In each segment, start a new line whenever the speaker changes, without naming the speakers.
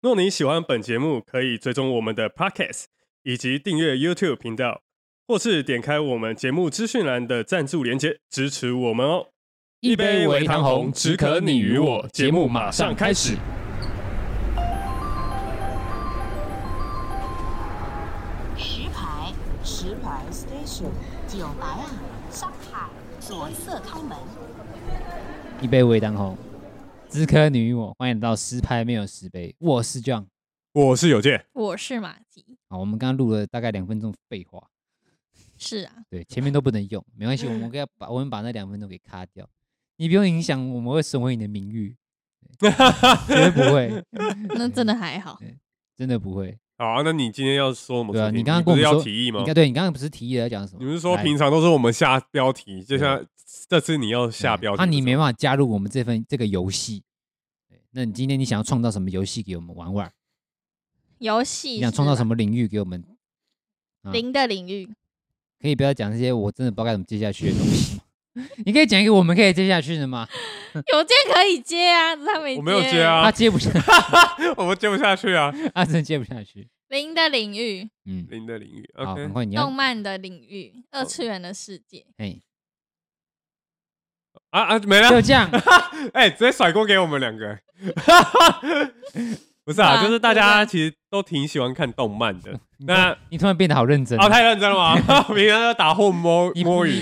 若你喜欢本节目，可以追踪我们的 Podcast 以及订阅 YouTube 频道，或是点开我们节目资讯栏的赞助连接支持我们哦。一杯微糖红只可你与我节目马上开始。
石牌，石牌 station，九白啊，上海，左侧开门。
一杯微当红，知科女与我，欢迎来到十拍没有十杯，我是 John。
我是有健，
我是马吉，
好，我们刚刚录了大概两分钟废话，
是啊，
对，前面都不能用，没关系， 我们给它把我们把那两分钟给卡掉，你不用影响，我们会损毁你的名誉，对绝对不 会，
那真的还好。
真的不会。
好、啊，那你今天要说什么主题？
对啊，你刚刚跟
不
我
是
们
要
说
提议吗
你刚？对你刚刚不是提议了要讲什么？
你们说
来
平常都是我们下标题，就像这次哎啊你要下标题的时候，
那啊你没办法加入我们这份这个游戏。对，那你今天你想要创造什么游戏给我们玩玩？
游戏
你想创造什
么？
么领域给我们？啊
零的领域，
可以不要讲这些我真的不知道该怎么接下去的东西吗？你可以讲一个我们可以接下去的吗？
邮件可以接啊，只是他没
我没有接。啊
他，接不下，
我们接不下去啊。
他真的接不下去。
零的领域，
嗯，
零的领域
好，很
，OK，
快你
动
要哦
漫的领域，二次元的世界。
哎，
啊啊，没了
就。这样。
哎、直接甩锅给我们两个。 不是啊，
哇
就是大家
对
其实都挺喜欢看动漫 的。那
你突然变得好认真
啊，，太认真了吗？ 平常都打混摸
你
摸鱼，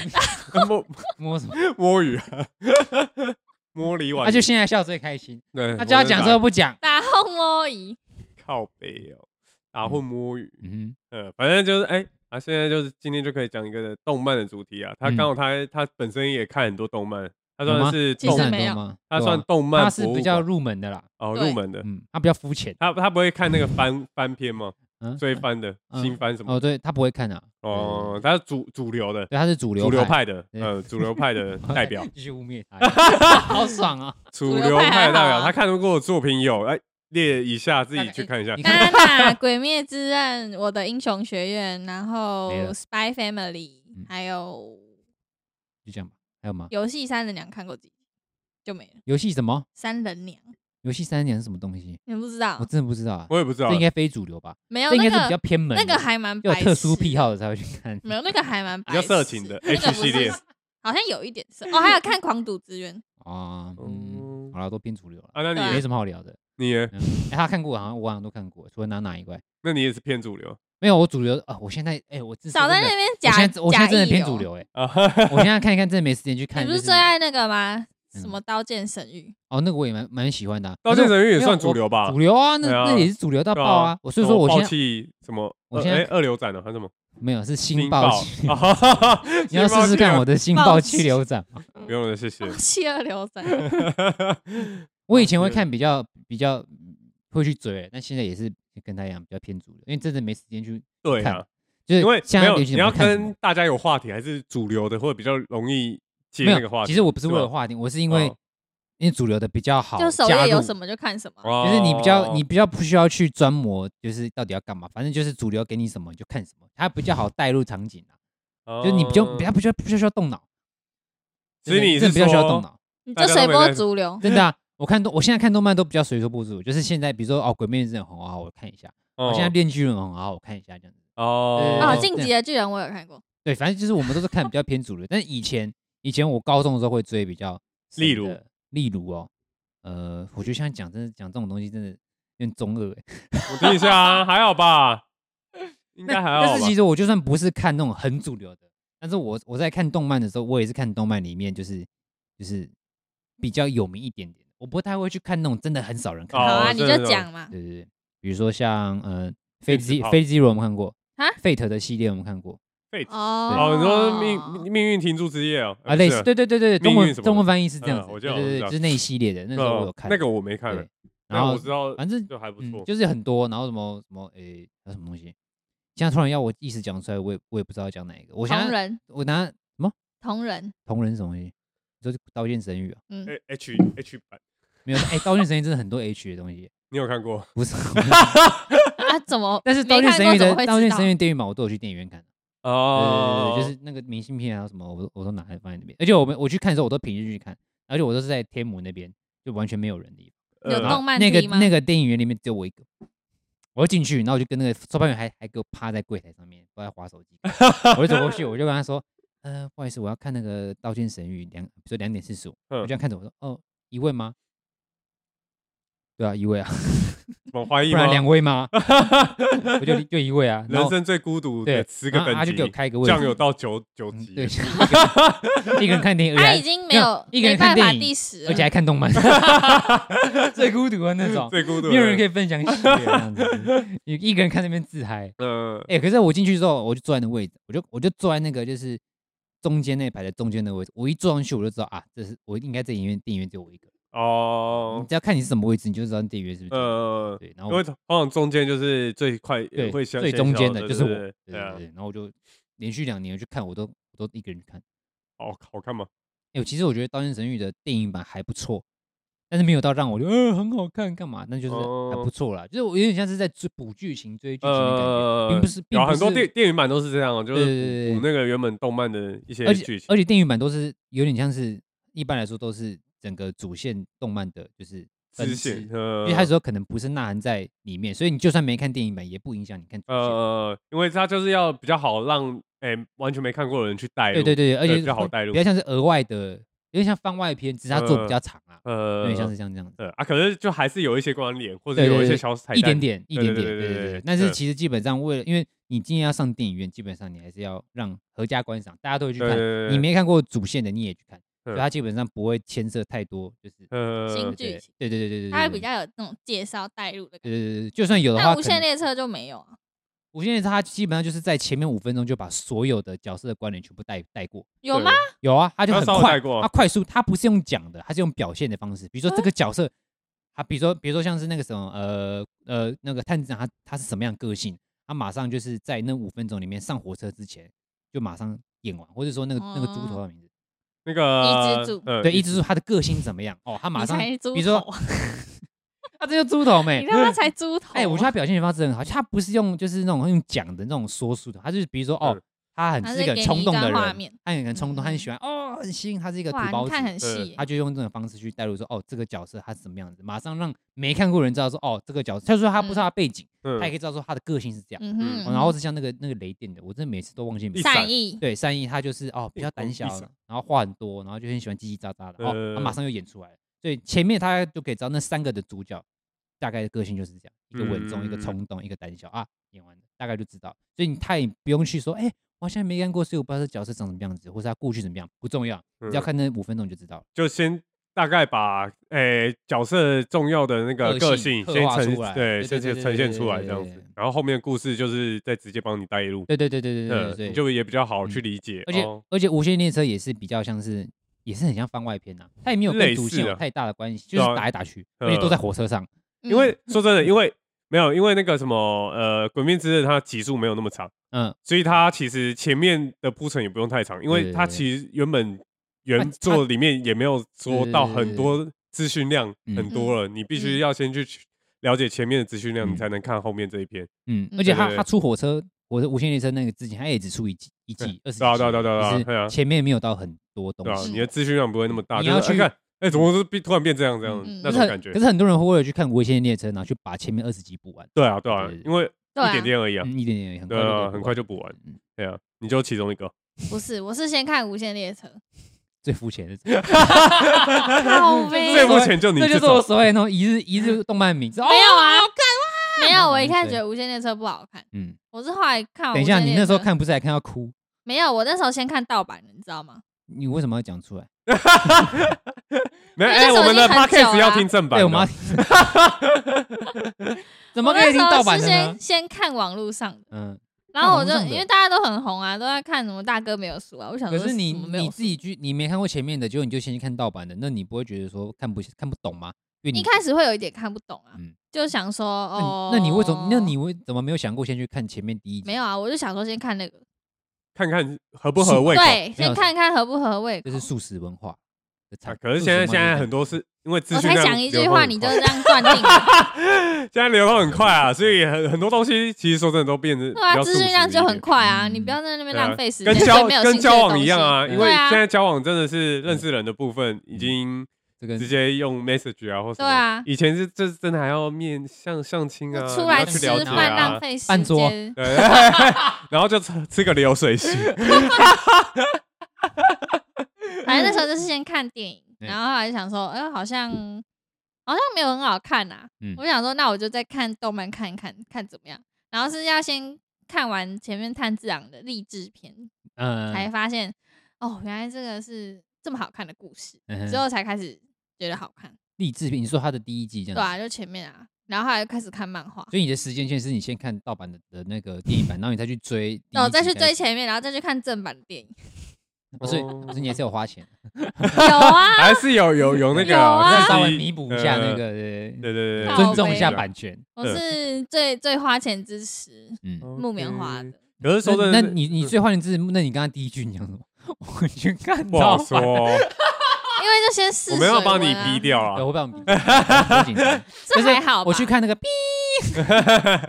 摸
摸什么？
摸鱼啊， 摸梨碗。
他就现在笑最开心，
对，
他就要讲之后
说
不讲。
打红魔仪，
靠背哦，打混摸鱼。
嗯
嗯，反正就是哎、啊，现在就是今天就可以讲一个动漫的主题啊。他
嗯
刚好他他本身也看很多动漫，他
有吗
算是
哼，
其实
动
其实很
没
多
有
吗？
他
对
算
啊
动漫
他是
博物
比较
馆
入门的啦，
哦
对
入门的。
嗯，他比较肤浅。
他他不会看那个翻翻篇吗？
嗯，
追番的、
嗯
新番什么
哦，
的？
对他不会看啊。
哦、他是主主流的，
对，他是主流
主流派的，
对
呃，主流派 的代表，
继续污蔑他，好爽啊！
主
流
流
派
派的
还
代
好
表。
啊
他看过的作品有，哎，列一下，自
大
己
概
去
一
看一下
你。
娜
看，
娜、鬼灭之刃、我的英雄学院，然后
没了
Spy Family，
嗯
还有
就这样吧。还有吗？
游戏三人娘看过几集就没了。
游戏什么？
三人娘，
游戏三年是什么东西？
你们不知道
我？真的不知道啊，
我也不知道
这应，该非主流吧？
没有，
这应该是比较
那个
偏门的，
那个还蛮
要
白
有特殊
痴
癖好的才会去 看。
没有，那个还蛮
比
白
较
痴
色情的 H 系列，
好像有一点色哦。还有看《狂赌之渊》，
啊， 嗯
嗯，
好了，都偏主流了，
啊，那你
对啊
没
也
什么好聊的。
你也
嗯，哎他看过，好像我好像都看过，除了哪哪一块
那你也是偏主流
没有。我主流啊，我现在哎，我 至少
少在
真
那
的，
边
我
假
现在我现在
假
真的
意
偏
哦
主流哎。
啊，
我现在看一看，真的没时间去看。
你不是
就
最爱那个吗？
嗯
什么《刀剑神域
哦，那个我也蛮蛮喜欢的啊。
刀
可是
剑神域也
没有
算主
我
流吧
主流啊，那
对啊
那也是主流到
对
爆
啊
啊。我所以说我
抛
现在
弃什么？
我
呃
现在
哎二流斩了，还是什么？
没有是新
新
爆
爆
气，
啊哈哈哈
你要
新爆
试试
气
看
流
我的新
爆
爆
气。
气流斩吗？
不用了，谢
嗯
谢》。
气二流斩，
我以前会
是
看比较比较嗯会去追，但现在也是跟他一样比较偏主流，因为真的没时间去，
对
看
啊，
就是
因为
现
没
在
有
流
你
行什么
要
看什
跟
么
大家有话题，还是主流的，或者比较容易接
没
那个
有。
话题。
其实我不是为了
吧
话题，我是因为
哦
因为主流的比较好
就首
加
页有
入，
什么就看什么。
就是你比较
哦
你比较不需要去专磨，就是到底要干嘛，反正就是主流给你什么你就看什么，它比较好带入场景啊，就是你比较比较不需要不需要动脑，
哦所以
真的
你
真
是
的不要需要
说
动脑，
你
大
就
家都
随
没
波
在
逐流，
真的啊。我看动，我现在看动漫都比较随手不足，就是现在，比如说哦，《鬼灭之刃》很好，我看一下；
哦
我现在《炼巨人》很好，我看一下，这样子。
哦
对
哦，《
这
进击的巨人》我有看过，
对，反正就是我们都是看比较偏主流，但以前以前我高中的时候会追比较深
例如
的例如哦，呃，我觉得现在讲真的讲这种东西真的有点中二欸，
我听一下啊， 还好吧，应该还好
但是
吧
其。实我就算不是看那种很主流的，但是我我在看动漫的时候，我也是看动漫里面就是就是比较有名一点点，我不太会去看那种真的很少人看
哦
好
的。
啊，你
真的
就讲嘛。
对对对，比如说像呃。Fate
电子
Z
炮
Fate Zero 我们看过
啊
，Fate 的系列我们看过
哦，
哦，
你说命命命运停住之夜哦，
啊，类似
对
对对对对，
命
中
运
文
什么
中文
的
翻译是这样
嗯
子，
我知
对
道我
对
知道
对，就是那一系列的，那时候我有
哦
看，
那个我没看，
对然
但
后
我知道，
反正
就还不
嗯
错。
就是很多，然后什么什么诶，还有什么东西？现在突然要我一时讲出来，我也我也不知道要讲哪一个。我现
同
在
人，
我拿
同人，
同人是什么东西？就是刀剑神域啊，
嗯，
哎 H H 版，
没有 哎，刀剑神域真的很多 H 的东西，
你有看过？
不是？
啊，怎么？
但是
没
刀剑
看
神
过
域
怎么
的
会
刀
知
剑
道
神域电影版我都有去电影院看。
哦
对，对对，就是那个明信片啊什么，我都我都拿来放在那边。而且我们我去看的时候，我都平日去看，而且我都是在天母那边，就完全没有人的地方。
有
然
呃
后
动漫
啊那个
厅吗
那个电影院里面只有我一个，我就进去，然后我就跟那个售票员还还给我趴在柜台上面，都在划 手机。我就走过去，我就跟他说：“呃，不好意思，我要看那个《刀剑神域》两，比如说两点四十五。”我
嗯
就这样看着我说：“哦，一位吗？”对啊，一位啊，
我怀疑
不然
吗？
两位吗？ 我就就一位啊。然
人
后
生最孤独
对
的，十个
然后他
等
就给我
级，
开一个位置，
酱油到九九
嗯
级，
对，一个 一个人 看电影，而且
他
还
已经没
没有
有
一个人
没
看
办
电
法
影
第十了，
而且还看动漫， 最孤独的那种，
最孤独的人。
没有人可以分享喜悦，这样子，一一个人看那边 自嗨。
呃，
哎、可是我进去之后，我就坐在那位置，我就我就坐在那个就是中间那排的中间那个位置，我一坐上去我就知道啊，这是我应该在影院电影院只有我一个，你
哦，
只要看你是什么位置，你就知道电影院是不是。
呃，
嗯对，然
因
后
为通常中间就是最快
对
会先
最中间的就是我，
对
对
对对啊
对，，然后我就连续两年我去看，我都我都一个人去看。
好哦好看吗？
哎、其实我觉得《刀剑神域》的电影版还不错，但是没有到让我觉得呃很好看干嘛，那就是还不
哦
错啦。就是我有点像是在追补剧情、追剧情的感觉，
呃，
并不是，并
有
不
很多
是
电电影版都是这样，啊就
对对
是
对
补补那个原本动漫的一些
而
剧
且
情。
而且电影版都是有点像是一般来说都是整个主线动漫的，就是分
支
支，
线，
因
呃
为它有时候可能不是纳含在里面，所以你就算没看电影版，也不影响你看主线。
呃，因为它就是要比较好让哎、完全没看过的人去带入，
对对
对，
对，而且
比较好
会
带入
比较像是额外的，有点像番外篇，只是它做比较长啊，有
呃，
点像是这样这样子。
呃啊，可是就还是有一些关联，或者
对对
有一些
对
小彩蛋，
一点点，一
对
点
对
点，
对
对
对
对
对
对。但是
嗯
其实基本上为了，因为你今天要上电影院，基本上你还是要让合家观赏，大家都会去
对
看。
对对
你没看过主线的，你也去看，所
嗯
以它基本上不会牵涉太多，就是
呃
新
对
剧情
对对对对对，
他会比
对
较有那种介绍带入的
对
感觉。
对对对，呃就算有的话，
但
可
无限
能
列车就没有啊，
无限列车它基本上就是在前面五分钟就把所有的角色的关联全部带带过。
有吗？？
有啊，它就
它
很
稍微带
快，
过
它快速，它不是用讲的，它是用表现的方式。比如说
啊
这个角色，他比如说比如说像是那个什么呃呃那个探长他他是什么样的个性，他马上就是在那五分钟里面上火车之前就马上演完，或者说那个那个猪头
哦
的名字，
对那个
一只猪
呃
对，一直说他的个性怎么样哦，他马上
你才猪
比如说
头啊，
他这就猪头
你
妹。
让他才猪头啊。
哎、我觉得他表现方式很好，他不是用就是那种用讲的那种说述的，他就是比如说哦
嗯，
他很
他
是一
是
个很
给你
冲
一
动的
段画
人，
面，
他很冲动，他很喜
嗯
欢哦，很吸引，他是一个土
哇，
包
你
子
看，很
对
细
他
耶，
就用这种方式去带入说，哦，这个角色他是什么样子，马上让没看过的人知道说，哦，这个角色，他说他不知道他背景，
嗯
他也可以知道说他的个性是这样，
嗯哼，
哦然后是像那个那个雷电的，我真的每次都忘记名
一
字。
闪
善意，
对，善意他就是哦比较胆小
一闪，
然后话很多，然后就很喜欢叽叽喳喳的，哦，他
呃
马上就演出来了。所以前面他就可以知道那三个的主角大概的个性就是这样，一个稳重，一个
嗯
冲动，一个胆小啊，演完了大概就知道。所以你他也不用去说，哎，我好像没看过，所以我不知道这角色长什么样子，或是他过去怎么样，不重要，你只要
嗯
看那五分钟你就知道了。
就先大概把诶、角色重要的那个
个
个
性
性
刻
先
画
呈
出来对
先
对对对
呈现
对
出来
对
这样
对
子
对，
然后后面故事就是再直接帮你带入，
对对对对对对
嗯，
对，
你就也比较好
嗯
去理解。
而且、
哦
而且《无限列车》也是比较像是，也是很像番外篇呐、它也没有跟
类
主
似
线有
啊
太大的关系，就
对啊呃
是打来打去，而且都在火车上。
嗯
因为说真的，因为没有因为那个什么呃，《鬼灭之刃》它集数没有那么长。
嗯，
所以它其实前面的铺陈也不用太长，因
对
为
对
它
对
其实原本
它
原作里面也没有说到很多资讯量
嗯
很多了，你必须
嗯
要先去了解前面的资讯量，
嗯
你才能看后面这一篇。
嗯，
嗯
而且他
对对
他出火车，火车《无限列车》那个之前，他也只出一季一季二十集
对啊对啊对啊对啊
就
对啊
是前面没有到很多东
对啊，
西。
你的资讯量不会那么大，
你
就
要
是哎
去嗯
看，哎，怎么是变突然变这样这样
嗯
那
可是
种
很
感觉
可？是很多人会为了去看《无限列车》，然后去把前面二十集补完，
对啊，对啊
对对，对
因为
对
一
啊
点点而已啊，
嗯，一点点而已很
对
快就可以
啊，
补
很
完
快就补完，
嗯
对啊，你就其中一个，
不是，我是先看无限 列车，
最肤浅的 这种，
靠呗
最目前就你
这就
这
是我
种，
所谓那种一日一日动漫名字。哦
没有啊，没有，我一
嗯
开始
对
觉得无限列车不好看，
嗯，
我是后来看完
等一下，
啊无限
你
列
那时候
车
看不是还看到哭？
没有？我那时候先看盗版的，你知道吗？
你为什么要讲出来？
没有
因为这
哎，
首
我们的
已经很久
podcast 要
啦
听正版的，
对，哎我们 要 怎么
我
可
那
以
时
听
候
盗
是
版的呢
先？先看网络上的，
嗯，
然后我
看
就
网络上的
因为大家都很红啊，都在看什么大哥没有输啊，我想
可
说
是你
什么没有
你自己去，你没看过前面的，结果你就先去看盗版的，那你不会觉得说看不看不懂吗？因为你
一开始会有一点看不懂啊
嗯，
就想说
那你那
哦，
你为什么？那你为怎么没有想过先去看前面第一集？
没有啊？我就想说先看那个，
看看合不合胃口。
对，
没有
先看看合不合胃
这。
口
是素食文化的
啊
产。
可是现在
素
现
食文化
在
的
很多是因为资
我
讯
才
量
讲一句
流动
话，
很
你就
快
这样断定了，
现在流动很快啊，所以很很多东西其实说真的都变得
对
比
啊，
较
资讯量
速食一
就很
点
快啊，
嗯
你不要在那边
对啊
浪费时间，
跟交
对没有
跟
兴趣的
交往
东
一样啊，
西
因为
对啊
现在交往真的是认识人的部分
嗯
已经
这个
直接用 message 啊或什么，
对啊
以前是这真的还要面向相亲啊，
出
你
来
要去
吃
了解
饭浪
啊，
费时
半桌
间，
对，然后就吃吃个流水 席，
反正那时候就是先看电影，
嗯
然后后来想说，哎、好像好像没有很好看呐、
嗯
我想说，那我就再看动漫看一看，看怎么样。然后是要先看完前面炭治郎的励志片，才
嗯，
发现哦，原来这个是这么好看的故事，
嗯
之后才开始觉得好看，
励志片，你说它的第一季这
对
样子，
啊，就前面啊，然后后来就开始看漫画。
所以你的时间线是你先看盗版的的那个电影版，然后你再去追，
然哦后再去追，前面，然后再去看正版的 电影。
不是
哦
不是你也是有花 钱，
有啊，
还是有有有那个
有啊
自
再
己
稍微弥补一下那
呃
个，对对
对对对
对
对，啊
尊重
靠
一
背
下版权，
我
嗯
是最最花钱支持
嗯。
木棉花的。。
可是说真的
那那
是，
你你最坏的字幕，那你刚刚第一句你讲什么？ 我去看
不好
盗
说
版，
哦，
因为就先试、
我
水
没有帮
温
你
啊
逼掉啊，
对，哎我被 我们逼我紧张
这还好吧？
我去看那个 B，
啊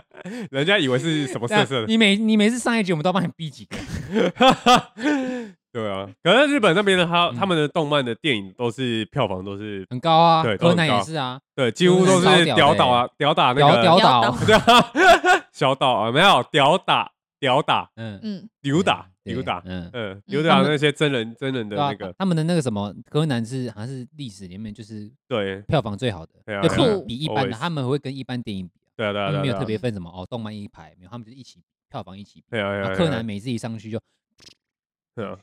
人家以为是什么色色的。
你每你每次上一集我们都要帮你逼几个，
对啊，可是日本那边的他
嗯
他们的动漫的电影都是票房都是
很高啊，
对都
柯
很
南也
高
是啊，
对，几乎都是屌打
欸
啊，屌打那
屌
个
屌
屌
岛
岛，
对啊， 小岛啊，没有屌打屌打
嗯，
嗯，
扭打
对
扭打，
嗯，
嗯，扭打那些真人真人的
对啊
那，个，
他们的那个什么柯南是好像是历史里面就是
对
票房最好的，
对啊
就
对
啊
比
酷
比一般的，
Always
他们会跟一般电影比，
对啊对
他
啊
们没
对
有
啊
特，别分什么哦，动漫一排没有，他们就是一起票房一起比，
对啊对
然
啊，
后柯南每次一上去就
对啊，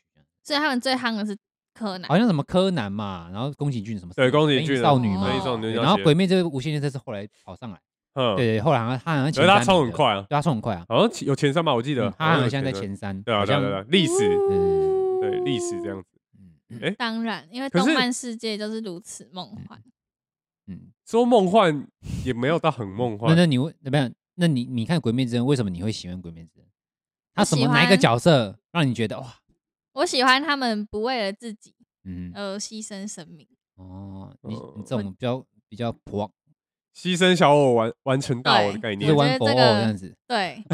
所以他们最夯的是柯南
哦
好，像什么柯南嘛，然后宫崎骏什么
对宫崎
神隐
骏啊
少女
神
嘛
隐，
那种
对
牛
然后
角
鬼
鞋，
灭这个无限列车是后来跑上来，
嗯，
对，后来好像他好像
可
前
是
三
他
名
冲很
的，
快啊，
对他冲很快啊，
好像有前三吧，我记得
嗯，他好像
有
现在在
三，
前三，
对啊
好
对啊
像
对啊，历史
嗯
对历史这样子，
嗯
哎
当然，因为
可是
动漫世界就是如此梦幻。
嗯，
说梦幻也没有到很梦
那
幻，
那你会怎么样？那你你看《鬼灭之刃》，为什么你会喜欢《鬼灭之刃》？他什么
喜欢
哪一个角色让你觉得哇？
我喜欢他们不为了自己
嗯，
而牺牲生命。
哦，你
呃
你这种比较比较破，
牺牲小我完完成大我的
对
概
就
念
是
我，觉
玩
得
佛偶
这
这
个
样子。 哎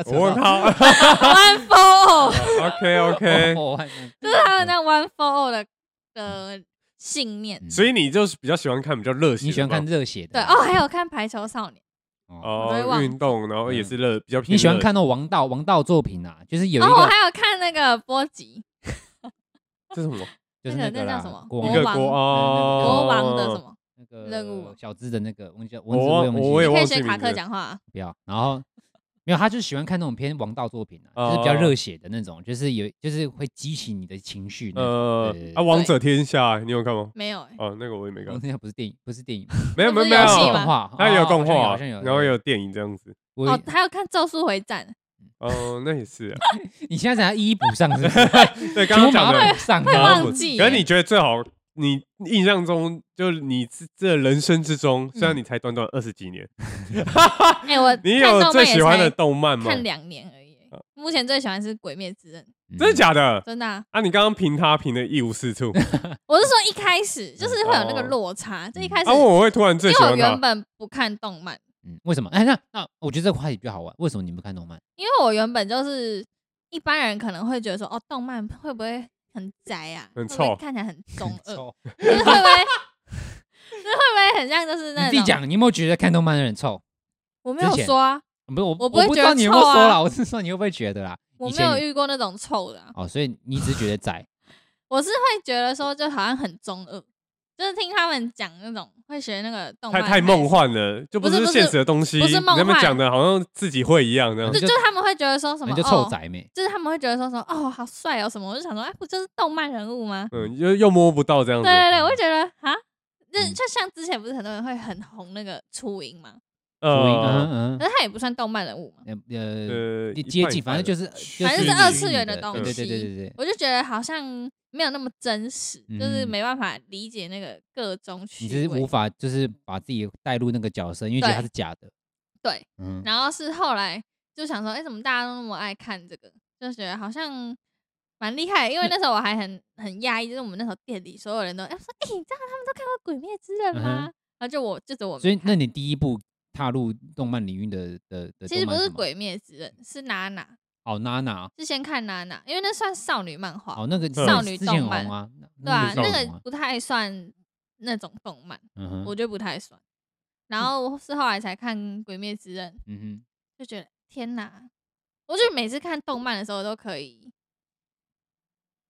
对
我靠
，One for All，
，OK
哦
OK，
啊
这 oh，是
嗯
他们那 One for All 的的信念。
所以你就是比较喜欢看比较热血的嘛，
嗯你喜欢看热血的？啊
对哦，还有看《排球少年
哦，
我都会
哦，
忘
运动，然后也是热，比较偏
你喜欢
热
看那种王道王道作品啊？就是有》，一
哦，我
个
还有看那个波吉，
这是什么？
就是
那个
个
那
啦
叫什么
国
一
王
个
王
国
哦
国王的什么？
那个
任务
小资的那个，我叫
我
王
忘
子
我也
你
忘
可以
记
学卡
名
克
字
讲话啊，
不要。然后没有，他就是喜欢看那种偏王道作品啊，就是比较
哦
热血的那种，就是有就是会激起你的情绪那种。
呃
对对对
啊，王者天下，你有看吗？
没有哎，
哦，那个我也没看
哦，，那不是电影，不是电 影，
没有
那
没
不
有
是
没
游戏
有
吗，
动画，
它
哦
有动画，
好像有，
然后也有电影这样子。
我
哦，还有看《咒术回战
哦，那也是 啊，
你现在才一一补上，是不是？
对， 刚刚讲
全部
的
马上补。上，
会
马上
忘
补
记
可是
耶
你觉得最好，你印象中就是你这这人生之中，虽然你才短短二十几年，》。
哎，我
你
嗯看
有
动
最
漫也
喜欢的
才
动漫吗？哦
看两年而已欸。目前最喜欢是《鬼灭之刃》，
真的假的？
真的啊、
啊，你刚刚评他评的一无是 处，
我是说一开始就是会有那个落差，就一开
嗯
始，
哦啊，我会突然
因
最
为
喜
我
欢
原
他。
本不看动漫，
嗯，为什么？哎，那那我觉得这个话题比较好玩。为什么你不看动漫？
因为我原本就是一般人可能会觉得说，哦，动漫会不会很宅啊？
很
会不会
臭
看起来很中二，
臭
就是会不 会？就是会不会很像就是
你
那
自己
种？
讲，你有没有觉得看动漫的人臭？
我没有
之前
说啊，
不是我，
我不会
不知
觉得
道你有没有
臭啊
说啦，我是说你会不会觉得啦？
我
以
没
前
有
你
遇过那种臭的啊、
哦，所以你只是觉得宅，
我是会觉得说，就好像很中二，就是听他们讲那种会学那个动
太
漫，
太梦，幻了，就不
不
是
是不是
现实的东西。
不是
你
梦
那边
幻
讲的好像自己会一样那样
嗯。
就就他们会觉得说什
反
么
正就臭
哦
宅妹。
就是他们会觉得说什么哦好帅哦什么，我就想说哎不就是动漫人物吗？
嗯，又又摸不到这样
对
子。
对对，我就觉得啊，那
嗯
就像之前不是很多人会很红那个初音嘛，
呃
嗯嗯
可是他也不算动漫人物嘛，
嗯，呃，
呃，
接近，反正就是是
反正
是
是二次
虚拟
元的东
对对对对对对，
我就觉得好像没有那么真实，就是
嗯
没办法理解那个各种
你
趣
是
味
无。法就是把自己带入那个角色，因为觉得
对
他是假的。
对，
嗯，
然后是后来就想说，哎、怎么大家都那么爱看这个？就觉得好像蛮厉害的，因
嗯
为那时候我还很很压抑，就是我们那时候店里所有人都哎、说，哎、你知道他们都看过《鬼灭之刃》吗？
嗯
然后就我就只有我没
所以
看
那你第一部踏入动漫领域的的的，
其实不是《鬼灭之刃》，是娜娜，
哦，娜娜
是先看娜娜，因为那算少女漫画，
哦，那个
少女
之前很
动漫
红啊，
对啊，
那
那
个很红
个
啊
不太算那种动漫，
嗯哼，
我觉得不太算。然后是后来才看《鬼灭之刃》，
嗯哼。
就觉得天哪！我觉得每次看动漫的时候都可以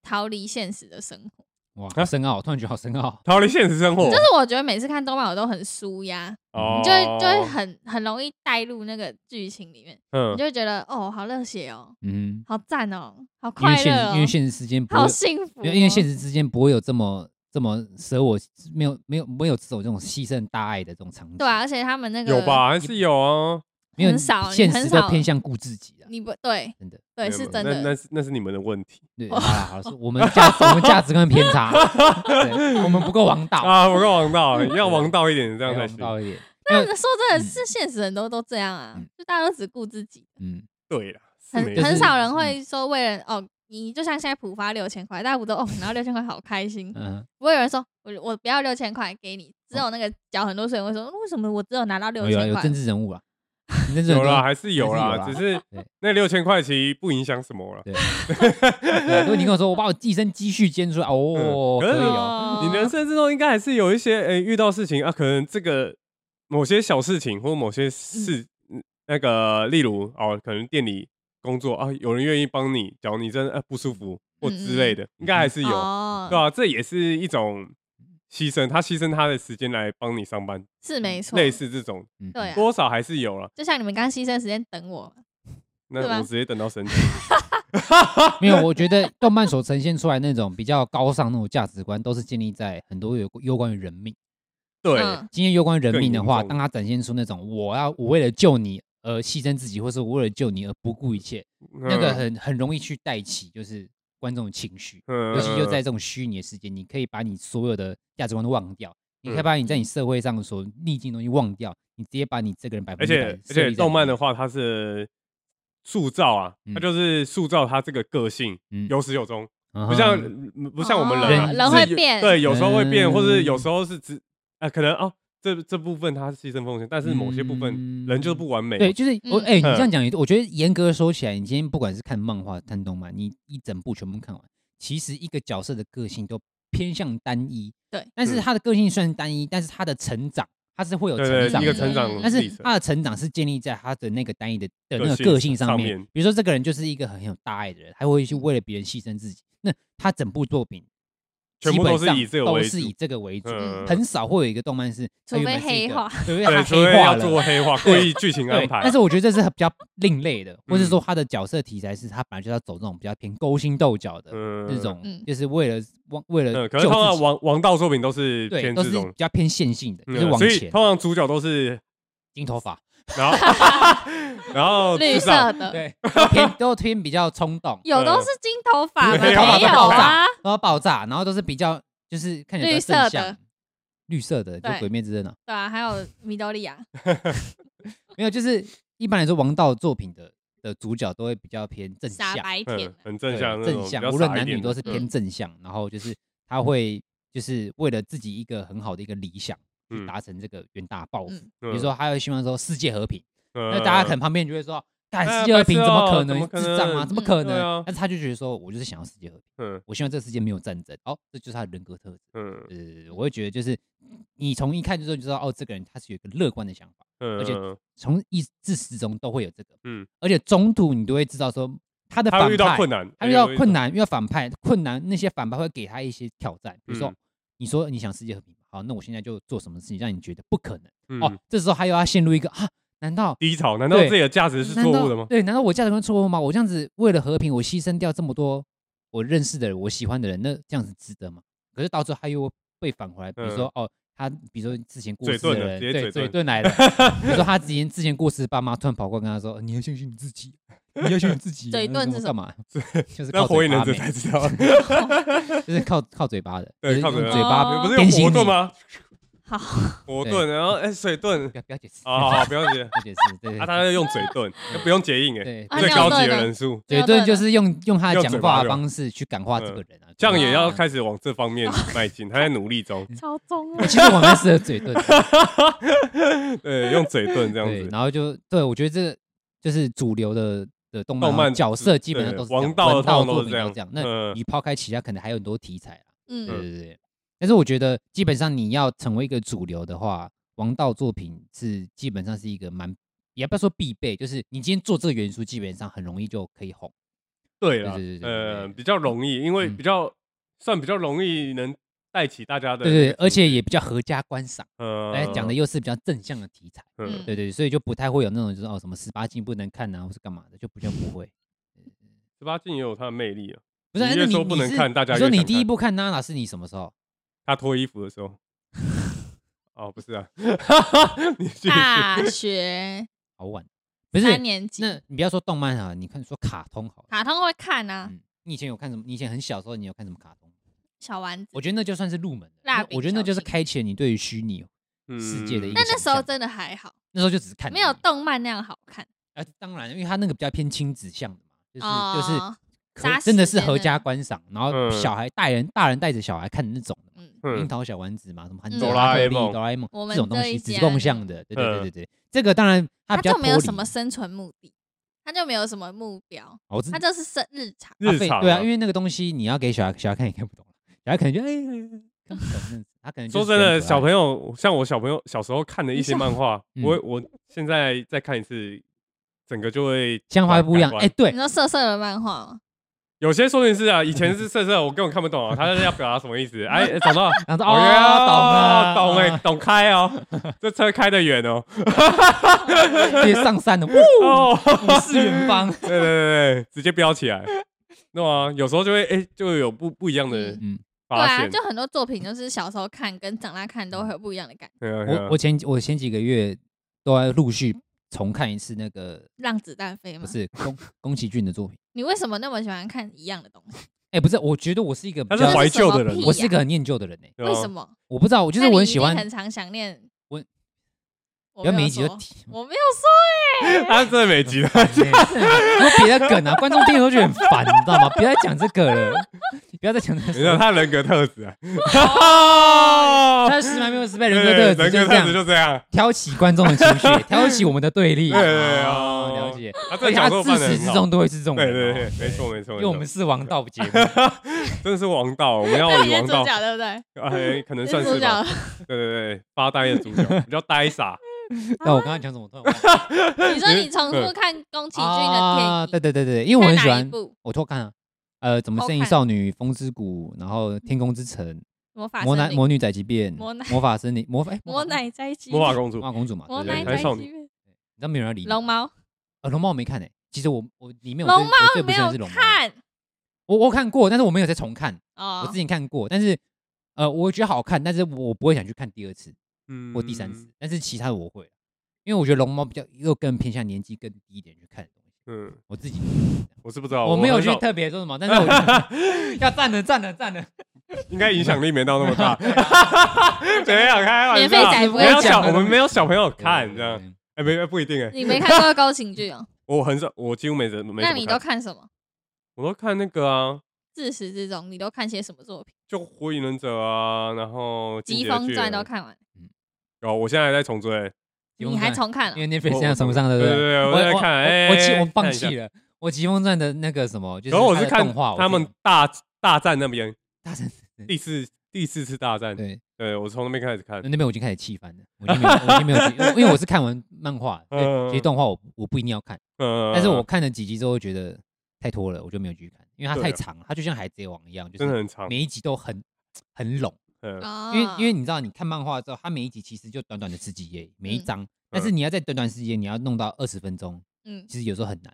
逃离现实的生活，
哇，
啊
好深奥，突然觉得好深奥。
逃离现实生活
就，
哦
是我觉得每次看动漫我都很舒压，
哦
你就会就会很很容易带入那个剧情里面，你
嗯
就会觉得哦，好热血哦，
嗯
好赞哦，好
哼，因为
快
现
乐
实，
哦
因为，现实之间不会
好，幸福哦、
因为因为现实之间不会有这么这么舍我没有没有没有这种这种牺牲大爱的这种场景。
对啊，，而且他们那个
有吧，还是有啊，
没有
很少
现
很
实都
少
偏向顾自己啊，
你不对
真的。
没
对
有
是
没有
真
那那
的，
是那是你们的问题
对，好了好了，是我们价我们价值观偏 差，对我们不够王道，
啊，不够王 道，要王道一点，这样才
王
行。
道一点。
但说真
嗯
的是现实人都都这样啊
嗯，
就大家都只顾自己，
嗯，
对啦，是
很
没
就
错
很
是
少人会说为了哦，你就像现在浦发六千块，大家不都哦拿到六千块好开心，
嗯，
不会有人说我我不要六千块给你，只有那个缴很多税的人会说为什么我只有拿到六
有有
千
有
块
政，治人物 啊，你政治人
有
物
啦，还是有
还
啦，只是
对
那六千块其实不影响什么了。
对，对如果你跟我说我把我一身积蓄捐出来，哦，
嗯
可以哦，
哦
你人生之中应该还是有一些诶、遇到事情啊，可能这个某些小事情或某些事，嗯那个例如哦，可能店里工作啊，有人愿意帮你，假如你真的、啊、不舒服或之类的，应该还是有，
嗯哦
对吧、啊这也是一种牺牲，他牺牲他的时间来帮你上班，
是没错，
类似这种
嗯
对啊
多少还是有了。
就像你们刚牺牲时间等我，
那
对吧
我直接等到生气，
没有，我觉得动漫所呈现出来那种比较高尚那种价值观，都是建立在很多有有关于人命。
对，
嗯
今天有关于人命的
更
话，
严重
当他展现出那种我要我为了救你而牺牲自己，或是我为了救你而不顾一切，那个很很容易去带起就是观众的情绪，
嗯
尤其就在这种虚拟的世界，你可以把你所有的价值观都忘掉，你可以
嗯
把你在你社会上所逆境的东西忘掉，你直接把你这个人百
而
分之百
且而
设立在
且
里
动漫的
面，
话，它是塑造啊，它
嗯
就是塑造它这个个性，
嗯
有始有终，
嗯
不像
哼
不像我们
哦
人啊，
人
就是
会
有
变
对，有时候会变，或是有
嗯
时候是只啊，可能哦，这这部分它是牺牲奉献，但是某些部分人就是不完美，
嗯对，，就是我
嗯
哎、你这
嗯
样讲也对，我觉得严格说起来，你今天不管是看漫画、看动漫，你一整部全部看完，其实一个角色的个性都偏向单一。
对，
但是
嗯
他的个性虽然单一，但是他的成长，他是会有
对
成
对，
长
一个
的。
成长
但是啊
历程，
他的成长是建立在他的那个单一的的
个
那个
性
个性上
上
面
面，嗯
比如说这个人就是一个很有大爱的人，他会去为了别人牺牲自己。那他整部作品
全
基
部
本
都是
上
以这个
都
为
是
主
以这个为主，
嗯
很少会有一个动漫是它
除
原本是
非
一
黑
个
化
对，因为
对，
它
除非
黑化
要
了
做黑 化，故意剧情安
对，
排，嗯
但是我觉得 这是很比较另类的，或是说他的角色题材是他本来就要走这种比较偏勾心斗角的
嗯
这种
嗯，
就是为了忘为了
嗯，可能
救
通
自
常
己，
王王道作品都是
对，
偏
都
这
是
种
比。较偏线性的，就是
嗯
往
所以
前
通常主角都是，
金 头发，
然 后然后
绿
智障
色的，
对，都偏都偏比较冲动，
有都是金头发吗？
对
没
头发
有
爆
啊
炸，
然后爆炸，然后都是比较就是看起来比较正向，绿色的就
对
鬼灭之刃啊，
对啊，还有米多利亚，
没有，就是一般来说王道作品的的主角都会比较偏正
傻
向，
白甜
嗯，，很正
对
向那种，
正
比
向
较，
无论
傻一
男
点
女都
的
是
嗯
偏正向，然后就是他会就是为了自己一个很好的一个理想去
嗯
达成这个远大抱负
嗯，
比
比如说他会希望说世界和平，
那
那大家可能旁边就会说。干
嗯哎
世界和
白
平
痴
怎么
哦
可
怎
能
么？可
智障啊，
能
怎么可
嗯对
能
啊？
但是他就觉得说，我就是想要世界和平，
嗯
我希望这个世界没有战争。哦，这就是他的人格特质。
嗯
对对对，我会觉得就是你从一看就知道就知道，哦，这个人他是有一个乐观的想法，
嗯，
而且
嗯
从一至始终都会有这个，
嗯，
而且中途你都会知道说他的
他
反
会遇到
派
困，哎难，
他遇到
会
困，难，遇到反派困难，那些反派会给他一些挑战，比如说
嗯
你说你想世界和平，好，那我现在就做什么事情让你觉得不可能，哦
嗯，，
这时候他又要陷入一个啊，难道
低潮，难道
对
自己的价值是
难
错
道
误的吗？
对，难道我价值观错误吗？我这样子为了和平，我牺牲掉这么多我认识的人，我喜欢的人，那这样子值得吗？可是到最后他又被返回来，比如说、哦，他比如说之前
嗯
过
嘴
世的
遁了
人，
直接
对，
嘴遁
嘴遁来了。比如说他之前之前过世的爸妈突然跑过来跟他说：“你要相信你自己，你要相信你自己。”啊
嘴遁是
干
什
嘛？就是
那
靠
火
嘴
影忍
巴
者
没，
才知 道，
就是靠靠嘴巴的，就
对，
是
靠
用
嘴
嘴巴
哦
不是有
点醒
火
你
遁吗？
好，
火
对
遁，然后哎水遁
不，要不要解释，
哦，好不要解，
不要解释，对
啊，
对
他用嘴遁，不用结印哎，
对
啊
最
那
高
我
级的
对了
人数，
对，
要
对，
对
就
了
是用用他的
用
讲
嘴巴
话
就
的
好
方式去感化这
嗯
个人啊，
这样
对
也
啊
要开始往这方面迈进，他在努力 中，
超中
其实我蛮适合嘴遁的，
对，用嘴遁这样
对，
子，
然后就对我觉得这个就是主流的的动
动漫
角色基本上
对
都是这样
王道
文
的通常
作
都是
品
这
都
样
这样。，那
嗯
你抛开其他，可能还有很多题材啊，对对
嗯，
对对。但是我觉得基本上你要成为一个主流的话，王道作品是基本上是一个蛮也不要说必备，就是你今天做这个元素，基本上很容易就可以红。
对啦
对对对，对
呃，
对
比较容易，因为
嗯
比较算比较容易能带起大家的，
对对，对而且也比较合家观赏，
呃，
哎，讲的又是比较正向的题材。
嗯，
对对，所以就不太会有那种就是哦什么十八禁不能看啊，或是干嘛的，就比较不会。
十八禁也有它的魅力啊，
不是，哎
你
那
越
你
说不
你
能
是
看大家
你说
越
你
想
第一
看
部看娜娜是你什么时候？
他脱衣服的时 候。哦，不是啊，你继续
大学
好晚，不是？
三年级，
那你不要说动漫啊，你看说卡通好了。
卡通会看啊，
嗯，你以前有看什么？你以前很小的时候，你有看什么卡通？
小丸子。
我觉得那就算是入门的，
蜡
那
笔
我觉得那
小
就是
新
开启了你对于虚拟世界的一
嗯
个
但
想象。
那时候真的还好，
那时候就只是看而已，
没有动漫那样好看。
啊，当然，因为它那个比较偏亲子向的嘛，就是、
哦
就是
杀
合真的
时
是
间
合
的
家观赏，然后
嗯
小孩大人大人带着小孩看的那种的嘛。
嗯，
嗯
樱桃小丸子嘛，什么
嗯
哆
哆
啦
啦
A
A
梦、
梦
哆啦 A 梦
我
这
们
种东
这
西，
一
子
家
供向的，对对
嗯
对对对，这个当然它
他
比较
就没有什
脱
么
离
生存目的，他就没有什么目标，
哦我知
他就是生日常。
啊
日
非
常
对啊，因为那个东西你要给小孩小孩看也看不懂，小孩可能就哎看不懂那样子，他可能
说真的，小朋
友
友像我小朋友小时候看的一些漫画，
嗯
我我现在再看一次，整个就会
想法会不一样，
改观
哎，对
你，说色色的漫画吗？
有些说明是啊，以前是色色，我根本看不懂啊，他要表达什么意思？哎，找到
然后说
哦，
哦
懂
懂
哎、
了，
懂开哦， 这车开得远哦。
懂直接上山了，呜，
哦，
五四远方，
对对对对，直接标起来。那啊，有时候就会哎、就有不不一样的
嗯，
对
发
啊，
现。
就很多作品就是小时候看跟长 大
嗯
看都会有不一样的感觉。
对啊对啊
我我前我前几个月都要陆续重看一次那个
让子弹飞
不
吗？
是宫宫崎骏的作品，
你为什么那么喜欢看一样的东西？
哎，不是，我觉得我是一个比
他是
较
这
怀旧
什
的
么
人
屁
我是
呀
一个很念旧的人哎，
对啊
为什么？
我不知道，我就是
那
我
你
很
一
喜
定
欢
很常想念
我。
我
不要
没
每
有
一集都
说
提，
我没有说哎，
他真的没 急了。
说别的梗啊，观众听了都觉得很烦，你知道吗？不要再讲这个了，不要再讲这
你知道
个。
他人格特质啊，
他十蛮没有十倍哦人格
对
特
对
质就是
人格特
这
质
样，
就这样。
挑起观众的情绪，挑起我们的对立。
对对对
哦
哦
了解。
他
而
这
且哎他
角色
自
扮的
始至终都会是这种
对
人
对
哦，
对，没错没错，没
因为
错
我们是王道节目，
真的是王道，我们 要
那
以
你是
王
主
道，
角对不对？
哎，可能
你
算
是
是
主角
吧。，对对对，发呆的主角，比较呆 傻。
那我刚刚讲什么？突然忘了
你说你重复看宫崎骏的电
嗯啊
影，
对对对对，因为我很喜
看哪一
欢，
部
我偷看啊，呃，怎么
偷
正义
看
少女、风之谷，然后天空之城、
魔法
魔
森
男
林
魔女宅急便、
魔奶
魔法森林、魔法哎
魔
法
奶在机，
魔法公主
魔，法公主嘛，
魔
对对
宅
奶
对
在
急，少女
机，
你知道没有人要理你
龙猫
呃，龙猫我没看诶、其实我我里面我最
龙猫
我最不
没
喜欢
有
是龙猫，
看
我我看过，但是我没有再重看。我
哦
之前看过，但是呃，我觉得好看，但是我不会想去看第二次
嗯
或第三次。但是其他的我会，因为我觉得龙猫比较又更偏向年纪更低一点去看的东西。
嗯，
我自己
哦我是不知道，
我没有
很
去
少
特别说 什么，但是我就 要站了站了站了，
应该影响力没到那么 大。别想开玩笑，
免费仔不
没有
会
小
讲
我们没有小朋友
对
看
对
这样
对，对
哎，没不一定哎，
你没看过宫崎骏哦？
我很少，我几乎没怎 没
嗯那
怎
你
么
都
看，
看什么？
我都看那个啊，
自始至终你都看些什么作品？
就《火影忍者》啊，然后《
《疾
进击的
风
巨
传》
人
都看完，
有，我现在还在重追，
你还重看了？
因为 Netflix
我
现在崇尚的，
对
不
对对
我
我在看
我我弃
哎
我放
看一下
弃了。我疾风传的那个什么，就
然后我
它
是
的
看
动画，我
他
觉得
们大大战那边
大神
第四第四次大战，
对
对我从那边开始看
那，那边我已经开始气翻了，我已经没有，我已经没有去，因为因为我是看完漫画，所以
嗯
其实动画我我不一定要看，
呃，
但是我看了几集之后觉得太拖了，我就没有继续看，因为它
对
太
啊
长了，它就像海贼王一样，就
真的
是
很长，
每一集都很很拢，
嗯，
啊
因为因为你知道你看漫画之后，它每一集其实就短短的十几页，每一
嗯
章，但是你要在短短时间你要弄到二十分钟，
嗯，
其实有时候很难，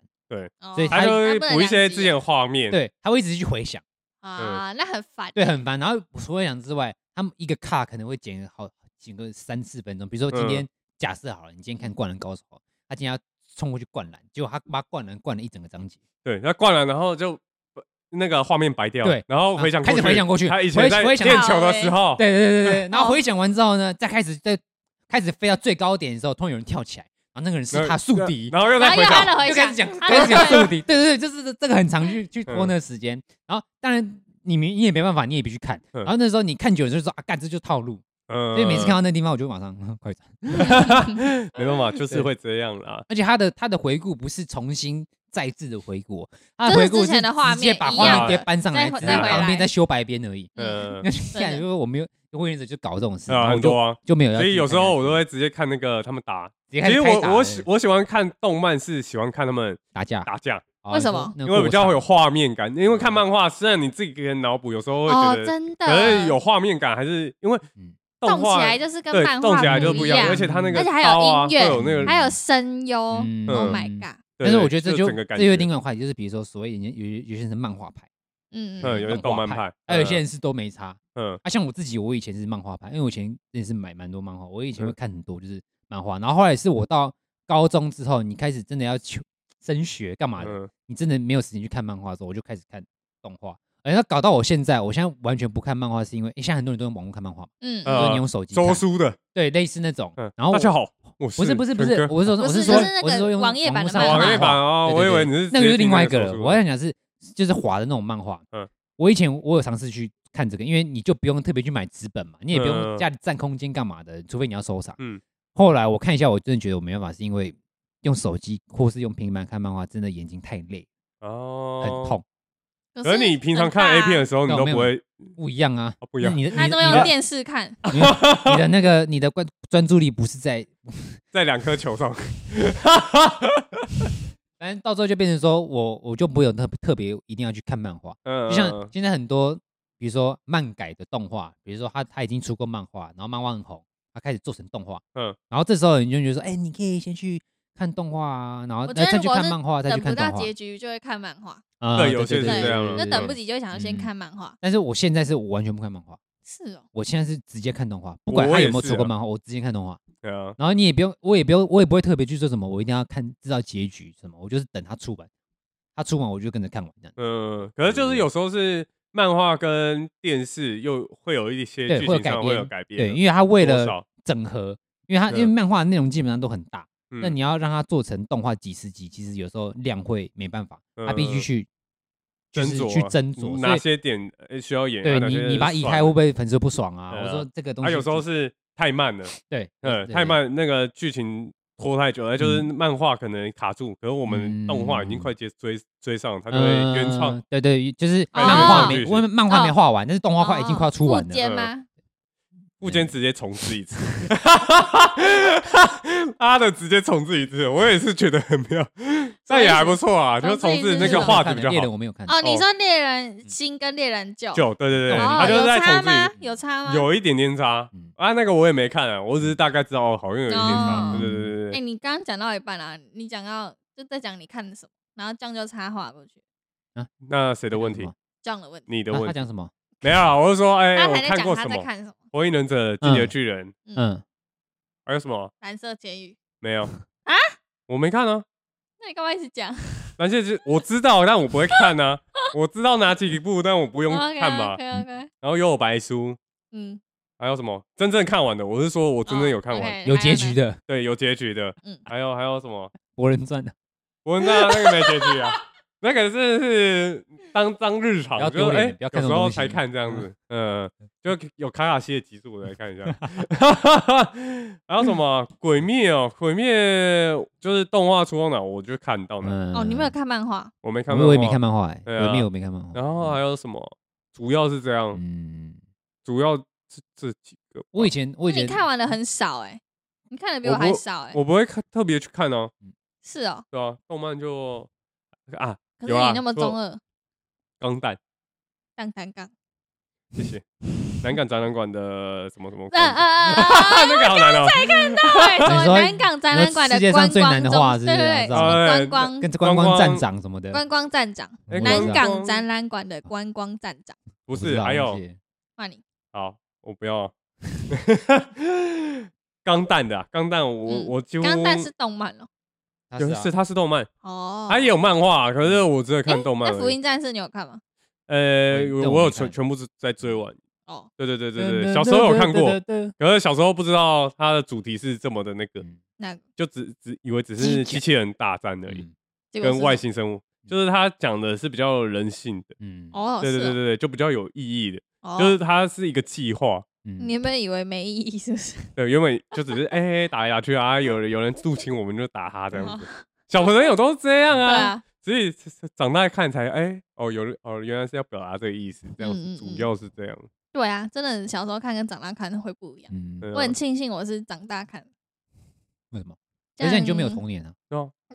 哦
所以
他
它
就
那
会
不能
补一些
两集啊
之前的画面，
对，它会一直去回想，
啊，那很烦。
对，很烦。然后除了想之外，他们一个卡可能会剪好醒个三四分钟。比如说今天假设好了，你今天看《灌篮高手》，他今天要冲过去灌篮，结果他把灌篮灌了一整个章节。
对，他灌了，然后就呃那个画面白掉，
对
然后回想
啊开
过
始
去
回想过去
他以前在
回回想
练球的时候，
对对对对，然后
哦
回想完之后呢，再开始在开始飞到最高点的时候，突然有人跳起来，然后那个人是他宿敌，
然后又
然
在
后
回
又
想
按，了回
又开始讲
响，
开始讲
按了
宿
回
敌，对对对，就是这这个很常去去拖那个时间。然后当然你们你也没办法，你也必须看。
嗯
然后那时候你看久了就说啊，干这就套路，
嗯，
所以每次看到那地方我就马上 快转。
没办法，就是会这样啦。
而且他的他的回顾不是重新再次的回顾，他
就是
回顾
之前的画面
直接把
一
画面
样
给
的
搬上来，
再回
只是
再回
旁边
来
再修白边而 已。
嗯，
那 现在因为我没有火影忍者就搞这种事，然
啊，
后我
很
就
多啊。
就没有要
所以
自己看下去。
有时候我都会直接看那个他们打。
直
其
接啊开
实
始
我
开打
我
了
喜我喜欢看动漫，是喜欢看他们
打架，
打架，
啊
为什么？
那
因
个
为比较
过
会有
场嗯
画面感。因为看漫画，虽然你自己个人脑补，有时候会
哦
觉，得
真
可是
的
有画面感，还是因为
嗯
动起
画
来就是跟
对
漫
动
画
起来就
不
不
一
一样，
样
而且他那个
而且还有
刀啊
音乐
会有那个
还有声优。
嗯
Oh my god！
对
但是我觉得这
就
就
整个感
这有
觉
另外一个话题，就是比如说所谓有有有些人是漫画派，
嗯
嗯，有些
动
动
画
漫
派
派，
还有
嗯
些人是都没差。
嗯
啊，像我自己，我以前是漫画派，因为我以前也是买蛮多漫画，我以前会
嗯
看很多就是漫画，然后后来是我到高中之后，你开始真的要求升学干嘛的，
嗯，
你真的没有时间去看漫画的时候，我就开始看动画。而且搞到我现在，我现在完全不看漫画，是因为、诶现在很多人都用网络看漫画嘛，
嗯
很
呃
多人用手机看，
周书的，
对，类似那种
嗯。，
然后
大家
我
好，我
不是不是不
陈
是，
哥
我是说
不
我
是
说
就是那
我是
个
说用
网页版
络
的
上
漫
看
画
网页版
画
哦，
对
我以
对
为
对
你是
那个
直
就是
接
另
听
外一
那
个
手
了。
术
我
的
在讲是就是滑的那种漫画。
嗯
我以前我有尝试去看这个，因为你就不用特别去买纸本嘛，你也不
嗯嗯
用
嗯
家里占空间干嘛的，除非你要收藏。
嗯
后来我看一下，我真的觉得我没办法，是因为用手机或是用平板看漫画，真的眼睛太累，
哦，
很。痛。
可是你平常看 A 片的时候，你
对
都
没
不
有
会
不一样啊
哦，不一样
你的
他
你的
都
你
用
的
电视看，
你的你的那个你的关专注力不是在
在两颗球上，
反正到最后就变成说我我就不会有特特别一定要去看漫画，
嗯，
就像现在很多比如说漫改的动画，比如说他他已经出过漫画，然后漫画很红，他开始做成动画，
嗯，
然后这时候你就觉得说，哎、你可以先去看动画啊，然后
我
呃
觉得
再
如
去
果
看
是
漫画，再
等
去
不
看
到
动画
结，局就会看漫画，
啊
对有些是
这
样
就
对
等不及就想要
嗯
先看漫画。
但是我现在是我完全不看漫画，
是哦，
我现在是直接看动画，不管
我
他
也
有没有
是
出过
啊
漫画，我直接看动画。
对啊，
然后你也不用，我也不用，我也不会特别去说什么，我一定要看知道结局什么，我就是等他出版，他出完我就跟着看完这样。
嗯，可是就是有时候是漫画跟电视又会有一些
对
剧
会有
情上
改
会有
编
改变
对，
的，
因为他为
多
了
少，
整合，因为它因为
嗯
漫画内容基本上都很大，
嗯
那你要让它做成动画几十集，其实有时候量会没办法，它必
嗯
须去就
斟
是
酌
去
啊
斟酌，
哪
所以
些点呃需要演啊，
对
哪
你
些
你把它
是
移
算
开
了
会不会粉丝不爽啊？
对
我
啊
说这个东
他
西
有时候是太慢了，
对
嗯，
对
太
对
慢，那个剧情拖太久了，就是漫画可能卡住，可是我们动画已经快接追追上了，它就会原创
嗯，对对，就是
改
编
漫画
成
没，
剧
我漫画没
哦
画完，但是动画快已经快要出完
呃
复
了。
健吗？
不间直接重置一次，妈的，直接重置一次，我也是觉得很妙，但也还不错啊，就是重置那个画质比较
猎人
好，
我没有看，
哦，你说猎人新跟猎人旧，
就对嗯对对，
哦
它就是
有
在
差
重置
吗
一次。？
有差吗？。
有一点点差
嗯
啊，那个我也没看啊，我只是大概知道哦好像有一点点差，
哦
对对对对对
哎，，你刚刚讲到一半啊，你讲到就在讲你看的什么，然后酱就插话过去，
那谁的问
什
题
么？
酱的问题。
你的
啊
问
他
题
讲什么？
没有啊，我是说，哎、
他
我
还在
看
讲
过
他
什
在
么《
看什么？
火影忍者》《进击的巨人》
嗯，
还有什么？
蓝色监狱。
没 有啊？我没看啊。
那你干嘛一直讲？
但是是我知道，但我不会看 啊。我知道哪几部，但我不用
哦
看吧。嗯
OK OK，
然后又有白书，
嗯，
还有什么真正看完的？我是说我真正有看完，
哦，OK，
嗯有结
还
局
有
的《
对，有结局的。
嗯
还有还有什么？
博人传》的，
我那那个没结局 啊，那个是是当当日常
不要，
就是
丢脸
哎
不
有
要，看
时
这种
候
东西
才看这样子。嗯，就有卡卡西的集数，我来看一 下。还有什么《鬼灭》哦，《鬼灭》就是动画出到哪我就看到哪，
嗯，
哦，你没有看漫画？
我没看漫
我
画，
我也没看漫画，哎，
对啊
我没有没看漫画。
然后还有什么？主要是这样，
嗯，
主要是这几个吧。
我以前我
那
以前
你看完的很少哎，你看的比
我
我还
不
少哎。
我不会看特别去看哦，
是哦，
对啊，动漫就啊，
可是
有啊
你那么
说
中二，
钢弹，
杠杠杠，
谢谢。南港展览馆的什么什么
啊
馆子，
啊啊啊！
那个好难哦。
对，什
你
么
说
南港展览馆的
世界
观
上最
光
难的话
中，
是
对
不是
对对，
知
什
道
吗
么
哎
观光
跟着观光
观
站
光
长什么的，
观光站长，
我也
哎
不
观
知
南
道
光
港展览馆的观光站长，
不
我知
是，
道
还
忘
有
记了
换你
好，我不要， 钢弹的、啊，钢弹我、
嗯
我几乎
钢弹是动漫哦。
它
就是是
啊
它是动漫，
哦，
它也有漫画，可是我只有看
诶
动漫
那
而
福
已。
音战士你有看吗？
呃，
嗯
我
动
我
漫
有
看
全全部是在追完。
哦，
对对对对对，小时候有看过，
嗯
可是小时候不知道它的主题是这么的那个，
那个
就只只以为只是机器人大战
嗯
而已，
结果
跟
是
外
什
星生物，就是它讲的是比较人性的，
嗯，
么哦，
对对对
对，
对，就比较有意义的，
哦
就是它是一个计划。
嗯
你原本以为没意义是不是？
对，原本就只是哎、打来打去啊，有人有人入侵我们就打他这样
哦
子，小朋友都这样
对
啊
啊，
所以长大看才哎、哦有人哦原来是要表达这个意思，这样
嗯嗯
子
嗯
主要是这样，
对啊，真的小时候看跟长大看会不一样。
嗯，
对啊
我很庆幸我是长大看，
为什么？
这
而
样
且你就没有童年啊？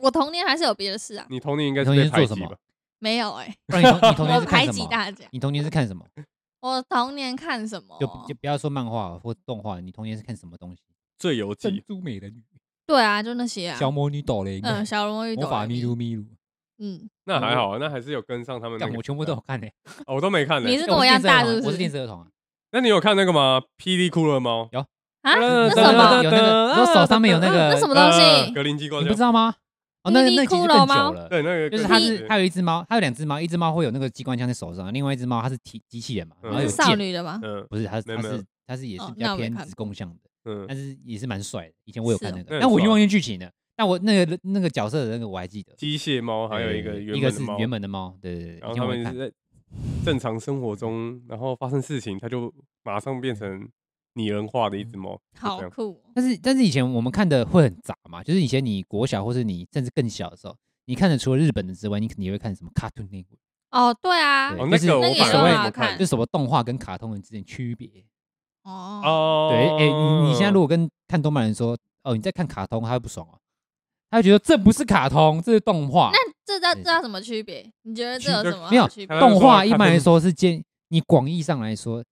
我童年还是有别的事啊，
你童年应该
你
是
童年
被
是
排
做什
挤
么
吧？？
没有哎，
不然你 童你童年
我
是看
排
什
挤
么？
大家。
你童年是看什么？
我童年看什么？
就就不要说漫画或动画，你童年是看什么东西？
最游记
珠美人鱼、
对啊，就那些啊，
魔女斗灵
嗯，小龙女、
魔法咪噜
哆啦咪，
咪噜，
嗯，
那还好啊，那还是有跟上他们那
但
个
我
时
全部都
代
有看欸呢。
哦我都没看呢、
你是
哎
跟我一样大是不
我是
是
电视儿童啊，
那你有看那个吗？霹雳骷髅猫？
啊，
呃
那
对对
什
对
么
对
有那个，然后手上面有那
啊
个
那什么东
呃
西？
格林机关
你
枪
不知道吗？哦，那个那个其实
霹雳骷
更
髅猫
久了，
对，那个
就是
更
它
久
是它有一只猫，它有两只猫，一只猫会有那个机关枪在手上，另外一只猫它是体机器人嘛，
嗯
然后有
是少
剑，
女的吗？
嗯
不是它是
没有
它
没有
是它是也是
哦
比
那
较
我没
偏
看
子宫向的，
嗯，
但是也是蛮帅的。以前我有
是
看
哦
那
那个，
很
但我已经
帅
忘记剧情了。但我那个那个角色的那个我还记得，
机械猫还有一个
对
原
哎一个
本的
是
猫，
原本的猫，对对对，
然后
以前
他
我
们
有看
是在正常生活中，然后发生事情，它就马上变成拟人化的一只猫，就这
好
样
酷哦，
但是但是以前我们看的会很杂嘛，就是以前你国小或是你甚至更小的时候，你看的除了日本的之外，你肯定也会看什么 Cartoon Network，
哦，对啊，
对
哦，
就
那
是
个
那
我
个
反
也
而
很
没
好
怎么
看
看
就什么动画跟卡通人之间的区别。
哦，
哦。
对，哎、你你现在如果跟看动漫人说，哦，你在看卡通，他会不爽哦、他会觉得这不是卡通，这是动画。
那这叫这叫什么区别？你觉得这有
区
什么
没有
好区别
它？
动画一般来
他
说是兼，你广义上来说，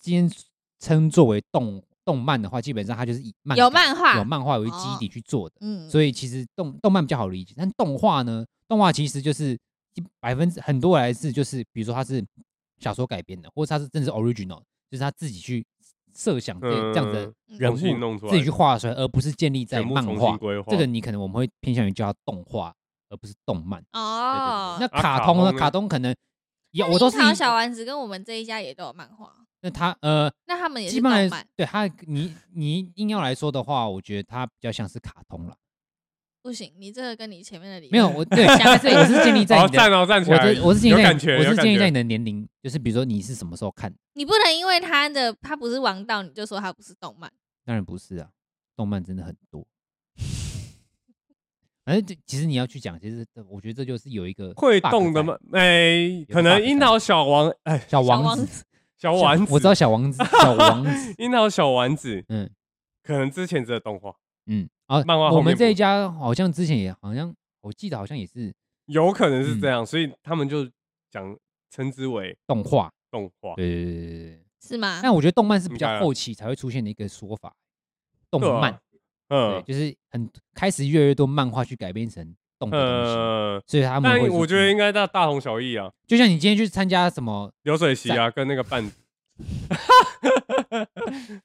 今天称作为动动漫的话，基本上它就是以漫
有
改
漫画
有漫画为基
哦
底去做的，
嗯，
所以其实动动漫比较好理解，但动画呢，动画其实就是一百分之很多来自就是，比如说它是小说改编的，或者它是真的是 original，就是他自己去设想这这样子的
嗯
人
重新
物
弄出来
自己去画出来，而不是建立在
全部
漫
重
画
新。规划
这个你可能我们会偏向于叫它动画，而不是动漫。对对对
哦，
那
啊
卡
卡
通呢？
通呢
卡通可能也
那
我都
樱
是
桃
以
小丸子跟我们这一家也都有漫画，
那它呃，
那他们也
基
是
本
动
上
漫
来，对它你你硬要来说的话，我觉得它比较像是卡通了。
不行，你这个跟你前面的理
没有
论
我对，所以我是 建立在
好
你的
站哦站起
我
来，
的我是建
有
议在
感觉，
我是
有感
建议在
觉
你的年龄，就是比如说你是什么时候看，
你不能因为他的他不是王道，你就说他不是动漫。
当然不是啊，动漫真的很多。反正这其实你要去讲，其实这我觉得这就是有一个
会
bug
动的
在
吗？哎，可
个
能
bug 在
樱桃小王哎
小
小
王
王
子，
小
小
丸子，，
我知道小王子，小王子
樱桃小丸子，
嗯
可能之前只有动画，
嗯，啊，
漫画后
我们
面
这
不
一家好像之前也好像，我记得好像也是
有可能是
嗯
这样，所以他们就讲称之为
动画，
动画。
对对对对对。
是吗？
但我觉得动漫是比
应该
较
啊
后期才会出现的一个说法，动
对啊
漫，对，
嗯
就是很开始越来越多漫画去改编成动的东西。
嗯，
所以他们
但
会说
我觉得
嗯
应该大大同小异啊，
就像你今天去参加什么，
流水席啊，跟那个半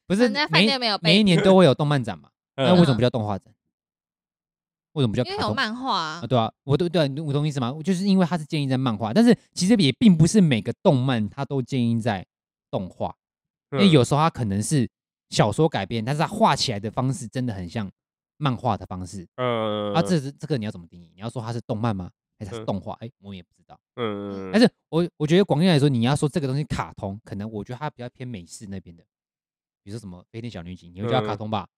不是
人嗯家饭
每
店没有
每一
杯
年都会有动漫展 嘛？那
嗯
为什么不叫动画展？为什么不叫
因为
卡
有
通？
漫画啊
啊，，对啊，我都对、啊，你我懂意思吗？就是因为它是建议在漫画，但是其实也并不是每个动漫它都建议在动画，因为
嗯
有时候它可能是小说改编，但是它画起来的方式真的很像漫画的方式。
嗯
啊，这是这个你要怎么定义？你要说它是动漫吗？还是它是
嗯
动画？哎、我们也不知道。
嗯
但是我我觉得广义来说，你要说这个东西卡通，可能我觉得它比较偏美式那边的，比如说什么飞天小女警，你会叫它卡
嗯
通吧？
嗯
对不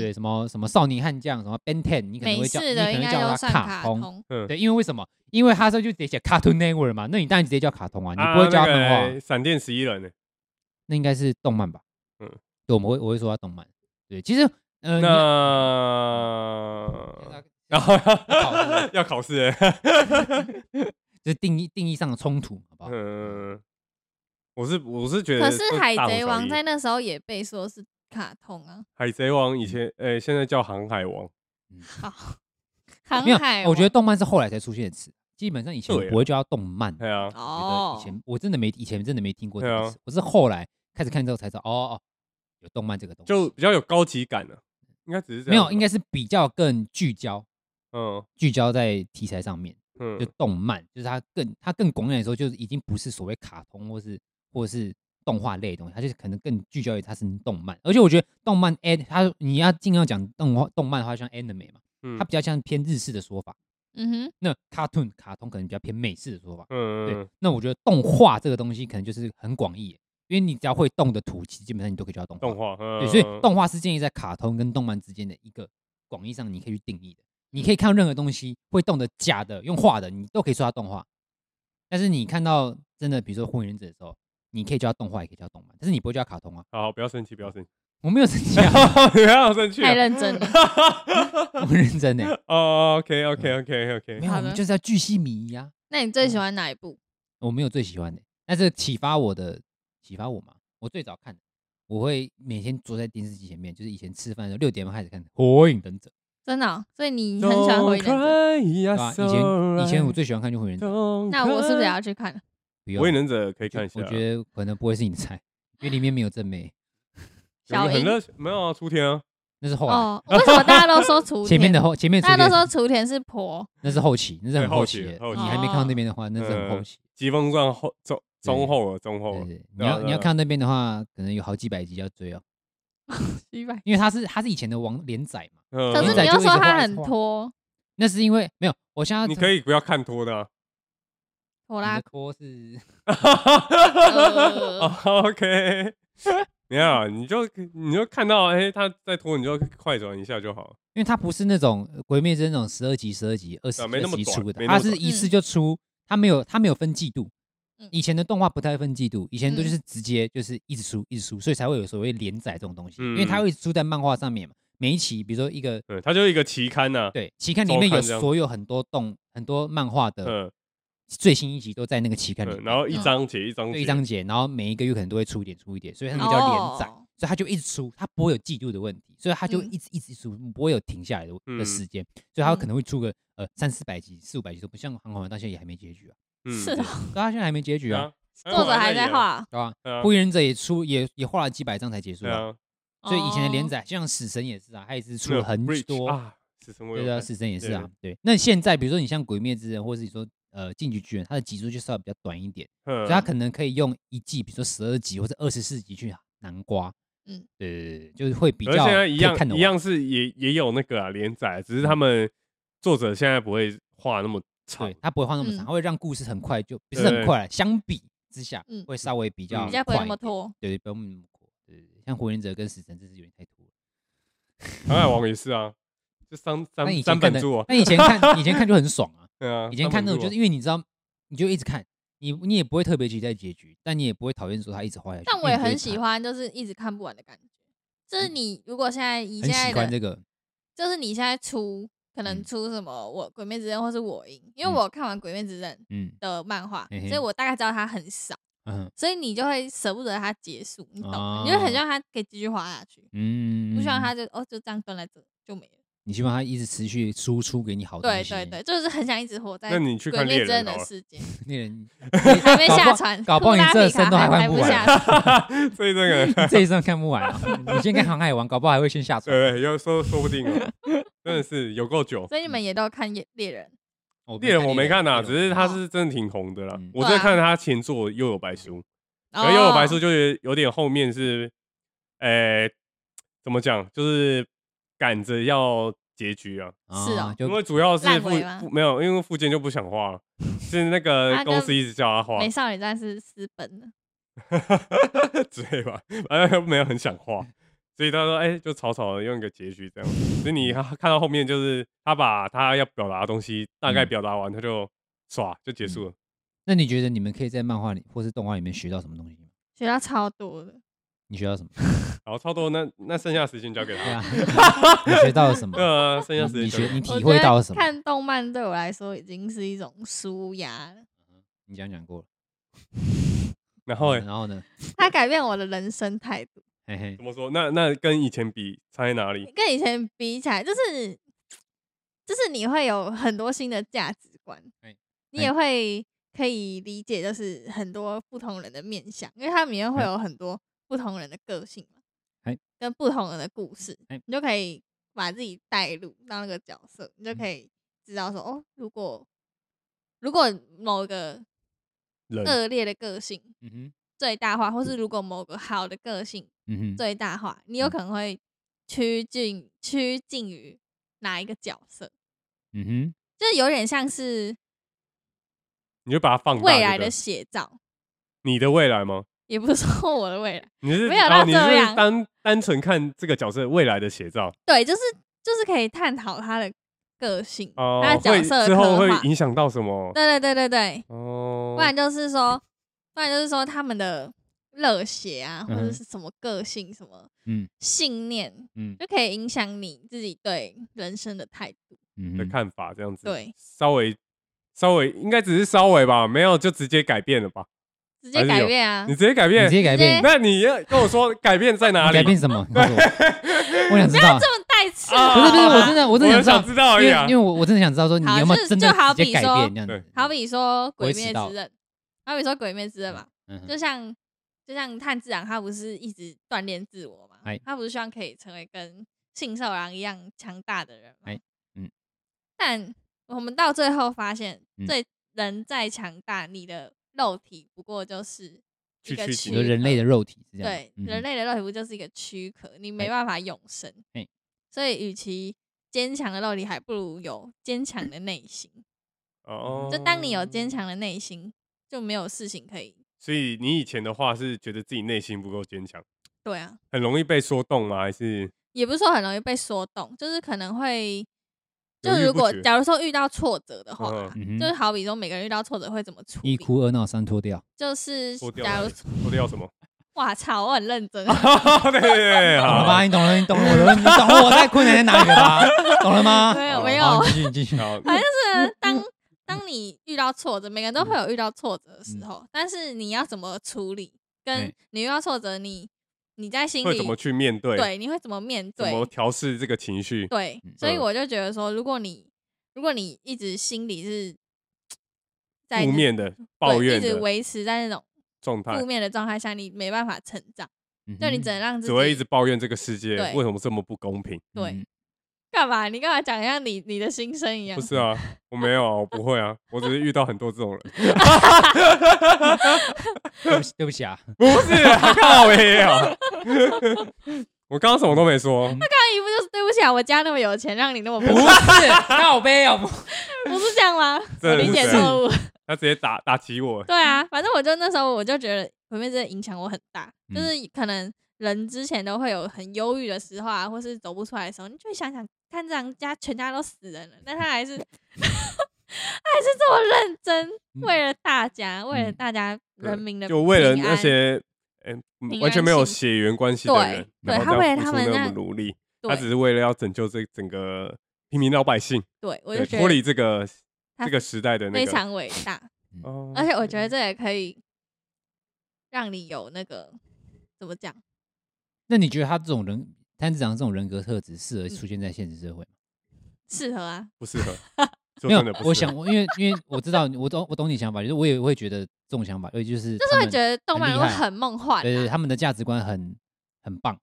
对？
嗯，
什么什么少年悍将，什么 Ben Ten，你可能
美
会叫
式
你
的
可
应
能
该
叫
都
它
算
卡通。
通，
嗯，
对，因为为什么？因为它这就直接写 Cartoon Network 嘛，那你当然直接叫卡通啊，你
啊
不会叫它
那
漫画，
个闪电十一人呢？
那应该是动漫吧？
嗯
嗯，对，我们会我会说它动漫。对，其实呃，你
那然后
嗯
要考试欸，
就是定义定义上的冲突，好不好？
嗯，我是我是觉得
可
都
是
大同小异，
海贼王在那时候也被说是卡通 啊，
海贼王以前，呃，现在叫航海王，
好，航
没有
海，王，
我觉得动漫是后来才出现的词，基本上以前
对啊
不会叫它动漫。
对啊，
觉得
哦
以，前我真的没以前真的没听过这
对
个
啊
词，我是后来开始看之后才知道，哦哦，有动漫这个东西，
就比较有高级感了、应该只是这
没
样吧。
有，应该是比较更聚焦，
嗯
聚焦在题材上面，就
嗯
动漫，就是它更它更广远的时候，就是已经不是所谓卡通或是或是动画类的东西，它就是可能更聚焦于它是动漫，而且我觉得动漫 a 它你要尽量讲动画动漫的话，像 anime 嘛，
嗯
它比较像偏日式的说法，
嗯哼，
那 cartoon 卡通可能比较偏美式的说法，对
嗯，
那我觉得动画这个东西可能就是很广义耶，因为你只要会动的图，其实基本上你都可以叫动画。
动画，嗯
对，所以动画是建立在卡通跟动漫之间的一个广义上，你可以去定义的。你可以看到任何东西会动的、假的、用画的，你都可以说它动画。但是你看到真的，比如说《火影忍者》的时候，你可以叫它动画，也可以叫它动漫，但是你不会叫它卡通啊。
好，不要生气，不要生气，
我没有生气、 啊，
不要生气啊。
太认真 了。
我很认真呢、欸
哦，OK，OK，OK，OK，
嗯没有，我
好
们
的
就是要巨细靡遗啊。
那你最喜欢哪一部？
我没有最喜欢的、但是启发我的，启发我嘛，我最早看的，我会每天坐在电视机前面，就是以前吃饭的时候六点半开始看《火影忍者》，
真的哦，所以你很喜欢火影忍者，
对吧、以前以前我最喜欢看就《火影忍者》，
那我是不是也要去看？
不用
火影忍者可以看一下
我
啊？
觉得可能不会是你的菜，因为里面没有正妹，
有没
小
有很
樱
热血，没有啊，雏田啊，
那是后来、
哦，为什么大家 都说雏
前面的
田？
后前面
大
雏
家都
田
说雏田是婆，
那是后期，那是
对
很
后
后
期
期的，
后嗯
期
你还没看到那边的话，那是很后期。
疾风传后中中后了，中后
对
了
对，你
对啊
要
对啊
你要看到那边的话，可能有好几百集要追哦，
明白。
因为它是它是以前的网连载嘛，
嗯
可是
连载
你
就
又
一直
说
画
他
一
很
直画
拖
那是因为没有，我现在
你可以不要看拖的啊。
拖
我
拉
拉拖是 嗯
呃
哦 OK，没 有啊，你就你就看到哎他在拖，你就快转一下就好。
因为它不是那种呃《鬼灭之刃》那种十二集、十二集、二十
啊没那么
集
短
出
没
的，
那么
它是
短
一次就出，它没有它没有分季度
嗯。
以前的动画不太分季度，以前都
嗯
就是直接就是一直出一直出，所以才会有所谓连载这种东西，因为它
嗯
会出在漫画上面嘛。每一期，比如说一个
对，它就是一个期刊呐。
对期刊里
周
面有
刊这样
所有很多动很多漫画的
嗯，
最新一集都在那个期刊里
嗯
面，
然后一章节一章
对
节
一章节，然后每一个月可能都会出一点出一点，所以它那个叫连载。
哦
所以他就一直出，他不会有季度的问题，所以他就
嗯
一直一直出，不会有停下来的
嗯
的时间，所以他
嗯
可能会出个呃三四百集、四五百集都不像《航空王》到现在也还没结局啊，
嗯
是的，
对啊，现在还没结局
对
啊
啊，，
作者还在画，
对吧？
对
《
啊，
火影忍者》也出也也画了几百章才结束
对
啊，
啊，
所以以前的连
哦，
载，就像《死神》也是啊，他也是出
那
了
个
很
Breach
多，
啊，是什么？
对啊，《死神》也是啊
对，
对。那现在比如说你像《鬼灭之刃》，或是你说呃《进击巨人》，它的集数就稍微比较短一点，
嗯
所以他可能可以用一季，比如说十二集或者二十四集去南瓜。嗯
嗯，
对对对，就是会比
而
较
现在一
可以
样
看得
一
完嗯
样是也也有那个啊连载，只是他们作者现在不会画那么长
对，，它不会画那么长，它
嗯
会让故事很快就不是很
对
快啦，相比之下
嗯
会稍微比较
嗯
比较不会
快
那么
一点，
拖。
对，不用那么快。对对，对像火影忍者跟死神真是有点太拖了。
航海王也是啊，就三
那以
三三
前看
本
的
柱啊，，
那以前看以前看就很爽 啊，
对啊，
以前看那种就是
是
因为你知道，你就一直看，你你也不会特别期待结局，但你也不会讨厌说它一直画下去。
但
因
我
为
也
你就会
很喜
看，
欢，就是一直看不完的感觉。就是你如果现在以现
嗯很喜
在
欢这
的，
个，
就是你现在出可能
嗯
出什么我《鬼灭之刃》或是《我赢》，因为
嗯
我看完《鬼灭之刃》
嗯
的漫画，
嘿嘿
所以我大概知道它很少，
嗯
所以你就会舍不得它结束，你懂
哦
吗？你就很希望它可以继续滑下去，
嗯，
不希望
嗯
它就哦就这样断在这就没了。
你希望它一直持续输出给你好东
对
西。
对对，就是很想一直活在
那你去
鬼
看猎
灭之刃
人哦
的
好了
世 界，
那人
还没
搞不
下
好
船，
搞不好
库
你
拉
这
皮卡
生都
还
还不
不
完
下 船
所以这个
这一生看不完啊！你先看《航海王》，搞不好还会先下船。
对，有时候说不定哦，真的是有够久。
所以你们也都看猎猎 人，哦
我没
猎人我没看啊，
猎人
只是他是真的挺红的啦
嗯。
我在看他前作《幽游白书》，可是
哎
《幽游
有
白书》就是有点后面是，呃，怎么讲，就是赶着要结局啊。
是哦
就
因为主要是
烂
附
尾吗
附没有，因为附件就不想画了，是那个
他跟
公司一直叫他画
美，少女战士私奔了，
对吧？反正没有很想画，所以他说，哎、就草草的用一个结局这样。所以你看看到后面，就是他把他要表达的东西大概
嗯
表达完，他就耍就结
嗯
束了。
那你觉得你们可以在漫画里或是动画里面学到什么东西吗？
学到超多的。
你学到 什么？
然后超多那那剩下的时间交给
对
他，
啊，你学到了 什么？
呃，剩下的
你
时间交
你学
给
你
我
体
觉
会
得
到了什么？
看动漫对我来说已经是一种舒压了，
你讲讲过了。
然后、哎
然后呢？
它改变我的人生态度，
嘿嘿
怎，么说？那那跟以前比差在哪里？
跟以前比起来，就是就是你会有很多新的价值观
哎，
你也会可以理解，就是很多不同人的面相，因为他们也会有很多不同人的个性嘛。
哎
跟不同人的故事，
哎
你就可以把自己带入到那个角色，
嗯
你就可以知道说，哦，如果如果某个
人
恶劣的个性
嗯哼，
最大化，或是如果某个好的个性
嗯哼，
最大化，你有可能会趋近趋近于哪一个角色，
嗯哼，
就是有点像是
你就把它放大
未
就
来
对
的
了
写照，
你的未来吗？
也不是说我的未来，
你是
没有到
哦你
这
是
样
单单纯看这个角色未来的写照
对，就是就是可以探讨他的个性，
哦，
他的角
会
色的
之后
刻
会
画
影响到什么？
对对对对对，
哦
不，然就是说，不然就是说他们的热血啊，
嗯
或
哼
者是什么个性、什么
嗯
信念，
嗯
就可以影响你自己对人生的态度。
嗯
的
哼，
看法这样子，
对，
稍微稍微应该只是稍微吧，没有就直接改变了吧？
直
还
接
是
改
有
变啊哎
你！直接改
你
变
直，接改变，
那你要跟我说改变在哪
你
里？
改变什么？你告诉我， 我想知道。
这么带刺
啊
啊，
不是不是，我真的我真的
我
想
想
知
知道
道，
而
因
已
为
啊
因为我我真的想知道说你
好
有没有
就是
真的
就好
直接
比
改
说
变这样子
对。
好比说《
我会
鬼
迟
灭
到
之刃》，好比说《鬼灭之刃》嘛，
嗯哼
就像就像炭治郎，他不是一直锻炼自我嘛
哎？
他不是希望可以成为跟杏寿郎一样强大的人嘛
哎？嗯。
但我们到最后发现
嗯，
最人再强大，你的肉体不过就是一个
区区
躯
你说人类的
壳
肉体是这样
对
子，嗯哼
人类的肉体不就是一个躯壳，你
哎
没办法永生
哎。
所以，与其坚强的肉体，还不如有坚强的内 心。
哦，
嗯就当你有坚，强的内心，就没有事情可以。
所以你以前的话是觉得自己内心不够坚强，
对啊，
很容易被说动吗？还是
也不是说很容易被说动，就是可能会，就
犹豫
如
不
果
决
假如说遇到挫折的话啦，
嗯哼
就是好比说每个人遇到挫折会怎么处
一
理，
哭二闹三脱掉，
就是
脱掉
假
哪
如
里脱掉什么？
哇操，我很 认真，
对对对，
好了
好，
啊
吧？你 懂了，你懂了我的，你懂了我在困难在哪里了 吧？懂了吗？
没
好
有没
好，你，
有
继续，你继续。
好，嗯
就是当当你遇到挫折，每个人都会有遇到挫折的
嗯
时候，但是你要怎么处理，跟
哎
你遇到挫折，你你在心
会怎
里
么去面对？，
对，你会怎么面
怎
对？
么调试这个情绪？
对
嗯，
所以
嗯
我就觉得说，如果你如果你一直心里是在
负
一直
面的、
对
抱怨
一直
的哎
维持在那种
状态
负，面的状态下，你没办法成长，
嗯哼
就你只能让自己
只会一直抱怨这个世界
对
为什么这么不公平。
嗯
对，干嘛？你干嘛讲像你你的心声一样
不？是啊，我没有啊，我不会啊，我只是遇到很多这种人。
对不起，对不起啊，啊
不是啊，靠没有。 我刚刚什么都没说，
那一不就是对不起啊？我家那么有钱，让你那么不
不是靠背哦，不
不是这样吗？我
真的
理
是
解
这样
错误。
他直接打打击我。
对啊，反正我就那时候我就觉得毁灭真的影响我很大，就
嗯
是可能人之前都会有很忧郁的时候啊，或是走不出来的时候，你就会想想看，这样家全家都死人了，但他 还是他还是这么认真，为了大家，为了
嗯
大家人民的
嗯就为了
平
那
安
些嗯
平
完全
安
没有
幸
血缘关系的
对
人，
对
然后
他
这样
为了
付
他
出
们
那
那
么努力，他只
对
是为了要拯救这整个平民老百姓，
对，我就
对
觉
脱
得
离这个
他
这个时代的那
非
个。
常伟大，
哦
而且我觉
嗯
得这也可以让你有那个怎么讲，
那你觉得他这种人，摊子长这种人格特质适合出现在现实社会吗？
适合啊，
不适 合，说
没有
真的不，适合
我想，我因为因为我知道，我懂我懂你想法，就是我也会觉得这种想法，呃，就是就
就是会觉得动
很
漫
厉
人物
害
很梦幻、啊，
对对，他们的价值观很很棒，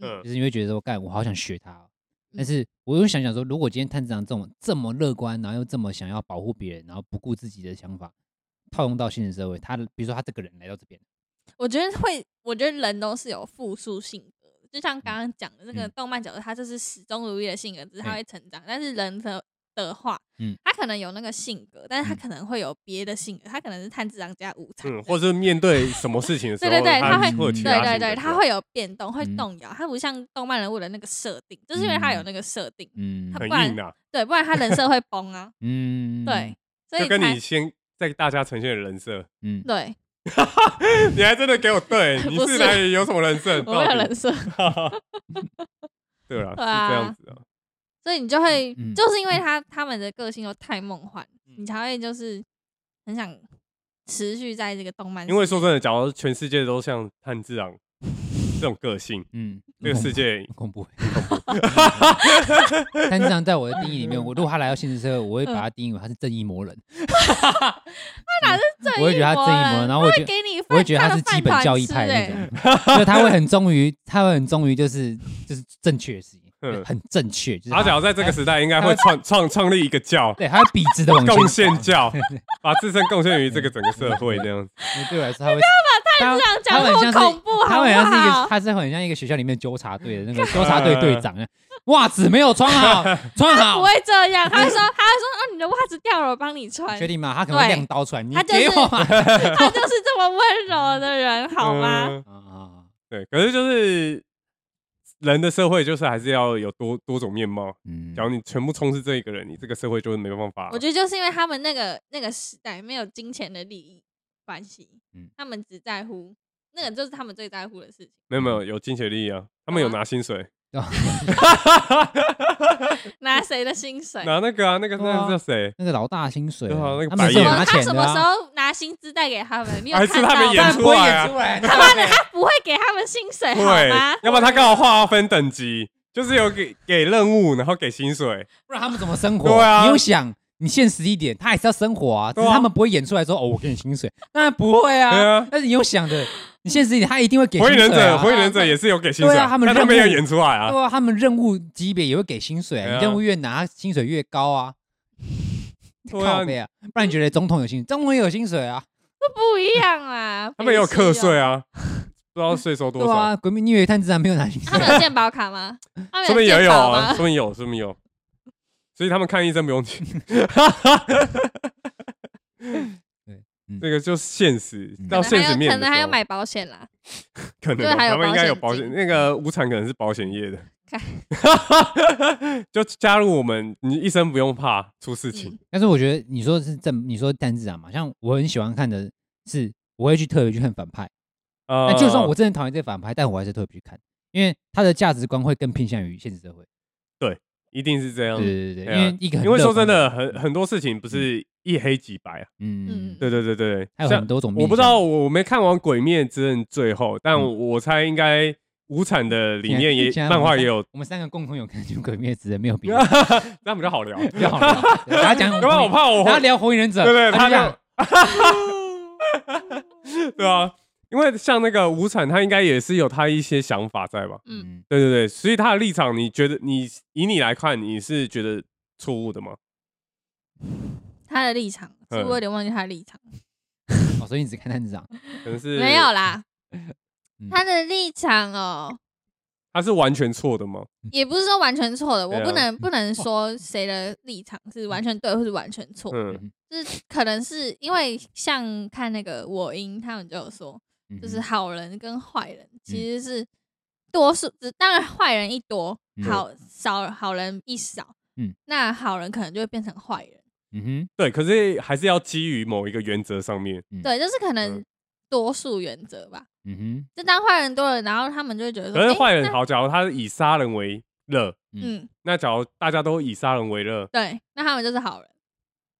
嗯
就，是你会觉得说，干，我好想学他哦、
嗯
但是我又想想说，如果今天探长这种这么乐观，然后又这么想要保护别人，然后不顾自己的想法，套用到现实社会，他的比如说他这个人来到这边，
我觉得会，我觉得人都是有复数性格的，就像刚刚讲的那个
嗯
动漫角色，他就是始终如一的性格，只是他
嘿
会成长。但是人的的话，
嗯
他可能有那个性格，但是他
嗯
可能会有别的性格，他可能是炭治郎加五彩的，
嗯，或是面对什么事情的时
对
候，
对对，
他
会，
会有
嗯
其
对
他
对
性
对，
格
他会有变动，会
嗯
动摇，他不像动漫人物的那个设定，就是因为他有
嗯
那个设定，
嗯，
他
很
不然
硬啊，
对，不然他人设会崩啊
嗯，
对，，所
就
以
跟
才
你先在大家呈现的人设，
嗯，
对，
你还真的给我 对，你
不
是
是
哪里有什么人设？
我没
到
有
底
人 设，
对啦，是
对
这样
啊
子啊。
所以你就会，
嗯
就是因为他他们的个性都太梦幻，
嗯
你才会就是很想持续在这个动漫世界。
因为说真的，假如全世界都像炭治郎种个性，
嗯，
这个世界
很恐怖，很恐怖。但这样在我的定义里面，我如果他来到现实社会，我会把他定义为他是正义魔人。
他哪是正义魔
我会
人？
觉得他正义魔人然后我
他
觉得
会给你饭，欸
我会觉得他是基本教义派的那种，就他会很忠于，他会很忠于就是就是正确的事情
嗯，
很正确，就是
阿
他
角在这个时代应该会 创创创立一个教，
对，他会笔直的往前
贡献
走
教，把自身贡献于这个整个社会这样子。
对我来说，他会他
这样讲
他会很
那么
像是
恐怖好不好
他会很像是一个，他是很像一个学校里面纠察队的那个纠察队队长，啊袜子没有穿 好，穿
不
好，
会这样，他 会说，他会说，哦，你的袜子掉了，我帮你穿。
确定吗？他可能会
对
亮刀出来，你
他就
给
是
我嘛。
他就是这么温柔的人， 好吗？
嗯？
啊啊啊
对，可是就是人的社会就是还是要有多多种面貌。
嗯
假如你全部充斥这一个人，你这个社会就是没办法
我。觉得就是因为他们那个那个时代没有金钱的利益关系，
嗯
他们只在乎那个就是他们最在乎的事情，
没有没
嗯
有，有金钱利益啊，他
哦
们有拿薪水，
拿谁的薪水？
拿那个啊，那个
对啊
那个叫 谁？
那个老大薪水啊，
对啊那个
他们
白
是有
眼
拿
他
钱
什
的
么时
啊，
候拿薪资带给他们？你有
还是
看
他们
到
演
吗？
但不会演
出啊
出来，啊
他妈的，他不会给他们薪水好
对
吗？，
要不然他刚好划分等级，就是有给给任务，然后给薪水。
不然他们怎么生活？
对啊
你又想，你现实一点，他还是要生活啊，只
对啊
是他们不会演出来说哦，我给你薪水，当然不会
对
啊
啊。
但是你又想的，你现实一点，他一定会给薪
火影忍
水
者，
啊。
火影 忍者也是有给薪水，
对啊他们
但他没
任
有
务
演出来 啊。
对啊，他们任务级别也会给薪水啊，
对啊
你任务越拿，薪水越高啊。
对啊
靠背啊，不然你觉得总统有薪水，总统也有薪水啊？
这不一样啊！
他们也有课税
啊，
啊，不知道税收多
对
少。
啊，鬼灭女友一探自然没有拿薪
他
水，
们有健保卡吗？他
说
们
明也
有健
有
保
啊，
吗？
说明有，说明有。所以他们看医生不用 钱。 这个就是现实，
嗯
到
可
现
能还
实
有
面
可
的
能还
时
要
候
买保险啦，
可能
对还有
他们应该有
保
保
险
险，
金
那个无产可能是保险业的
看。
就加入我们，你一生不用怕出事情
嗯。
但是我觉得你说是正，你说单自然嘛，像我很喜欢看的是，我会去特别去看反派。
啊
嗯
那就算我真的讨厌这个反派，但我还是特别去看，因为他的价值观会更偏向于现实社会。
一定是这样
对，对
对
对对，
啊
因为一个很
因为
乐
说真
观
的，
人
很很多事情不是一黑即白啊。
嗯
嗯，
对对对对，
还有
像
很多种面向。
我不知道，我没看完《鬼灭之刃》最后，但
嗯
我猜应该无产的里面也
现在
漫画也有，
我们三个共同有看《鬼灭之刃》，没 有别的
那比较 好聊。
比较好聊。 对大家讲，
要不然我怕我
大家聊《火影忍者》，
对对，
啊就
他
这样
就， 对啊，因为像那个无产，他应该也是有他一些想法在吧？
嗯，
嗯，
对对对，所以他的立场，你觉得你以你来看，你是觉得错误的吗？
他的立场，
嗯
是我有点忘记他的立场，
哦，所以你只看探长，
可能是
没有，啦
嗯。
他的立场哦，
他是完全错的吗？
也不是说完全错的，
对啊
我不能不能说谁的立场是完全对或是完全错，
嗯，
就是可能是因为像看那个我英他们就有说，
嗯
就是好人跟坏人其实是多数，只当然坏人一多
嗯，
好少好人一少，
嗯，
那好人可能就会变成坏人，
嗯哼，
对，可是还是要基于某一个原则上面。
嗯
对，就是可能
嗯
多数原则吧。
嗯哼，
就当坏人多了，然后他们就会觉得说，
可是
诶
坏人
那
好，假如他是以杀人为乐，
嗯，
那假如大家都以杀人为乐，
对，那他们就是好人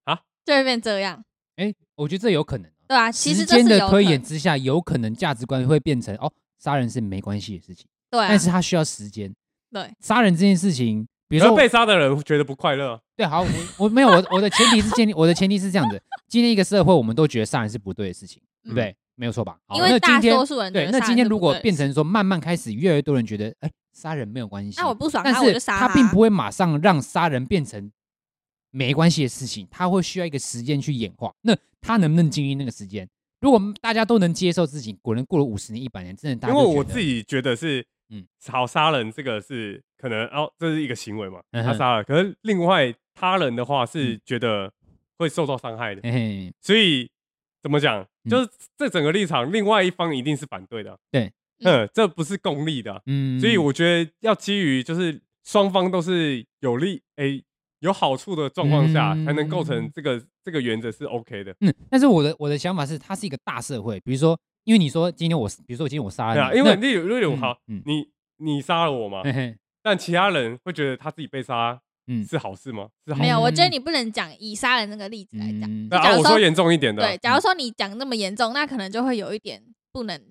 啊，
就会变这样，
哎，我觉得这有可能哦。
对啊，其
时
实这
间
是
的
有可
推演
能，
之下，有可能价值观会变成哦，杀人是没关系的事情，
对啊
但，是他需要时间。
对，
杀人这件事情，比如
可
说
是
我
被杀的人觉得不快乐，
对，好，我我没有我我的前提是建立我的前提是这样子，今天一个社会我们都觉得杀人是不对的事情，对不对？没有错吧？好
嗯因
那
为
今
大
天
多数人觉
对，
得
那
杀
今
人
天
是
如
不
果
对的
变
事，
成说慢慢开始越来越多人觉得，哎，杀人没有关系，
那我不爽
但
他，我
是
就杀
他并
啊
不会马上让杀人变成没关系的事情，他会需要一个时间去演化。那他能不能经营那个时间？如果大家都能接受自己，果然过了五十年、一百年，真的大
因
家
为
就觉
我
得
自己觉得是，嗯
嗯，
好杀人这个是可能哦，这是一个行为嘛，
嗯
他
哼嗯
杀了。可是另外他人的话是觉得会受到伤害的，
嘿嘿，
所以怎么讲，
嗯
就是这整个立场，另外一方一定是反对的。
对，
嗯，这不是共利的，啊
嗯，
所以我觉得要基于就是双方都是有利诶。有好处的状况下，才能构成
嗯
这个这个原则是 OK 的，
嗯，但是我的我的想法是，它是一个大社会。比如说，因为你说今天我，比如说我今天我杀
对
了
啊，
你，
因为
那
例如例如好，
嗯哎
你你杀了我嘛，
嘿嘿，
但其他人会觉得他自己被杀，
嗯
是好事吗？是好
没
事。
有，我
嗯
觉得你不能讲以杀人那个例子来讲，
嗯
那
假
啊，
如
我
说
说严重一点的，
对，假如说你讲那么严重，那可能就会有一点不能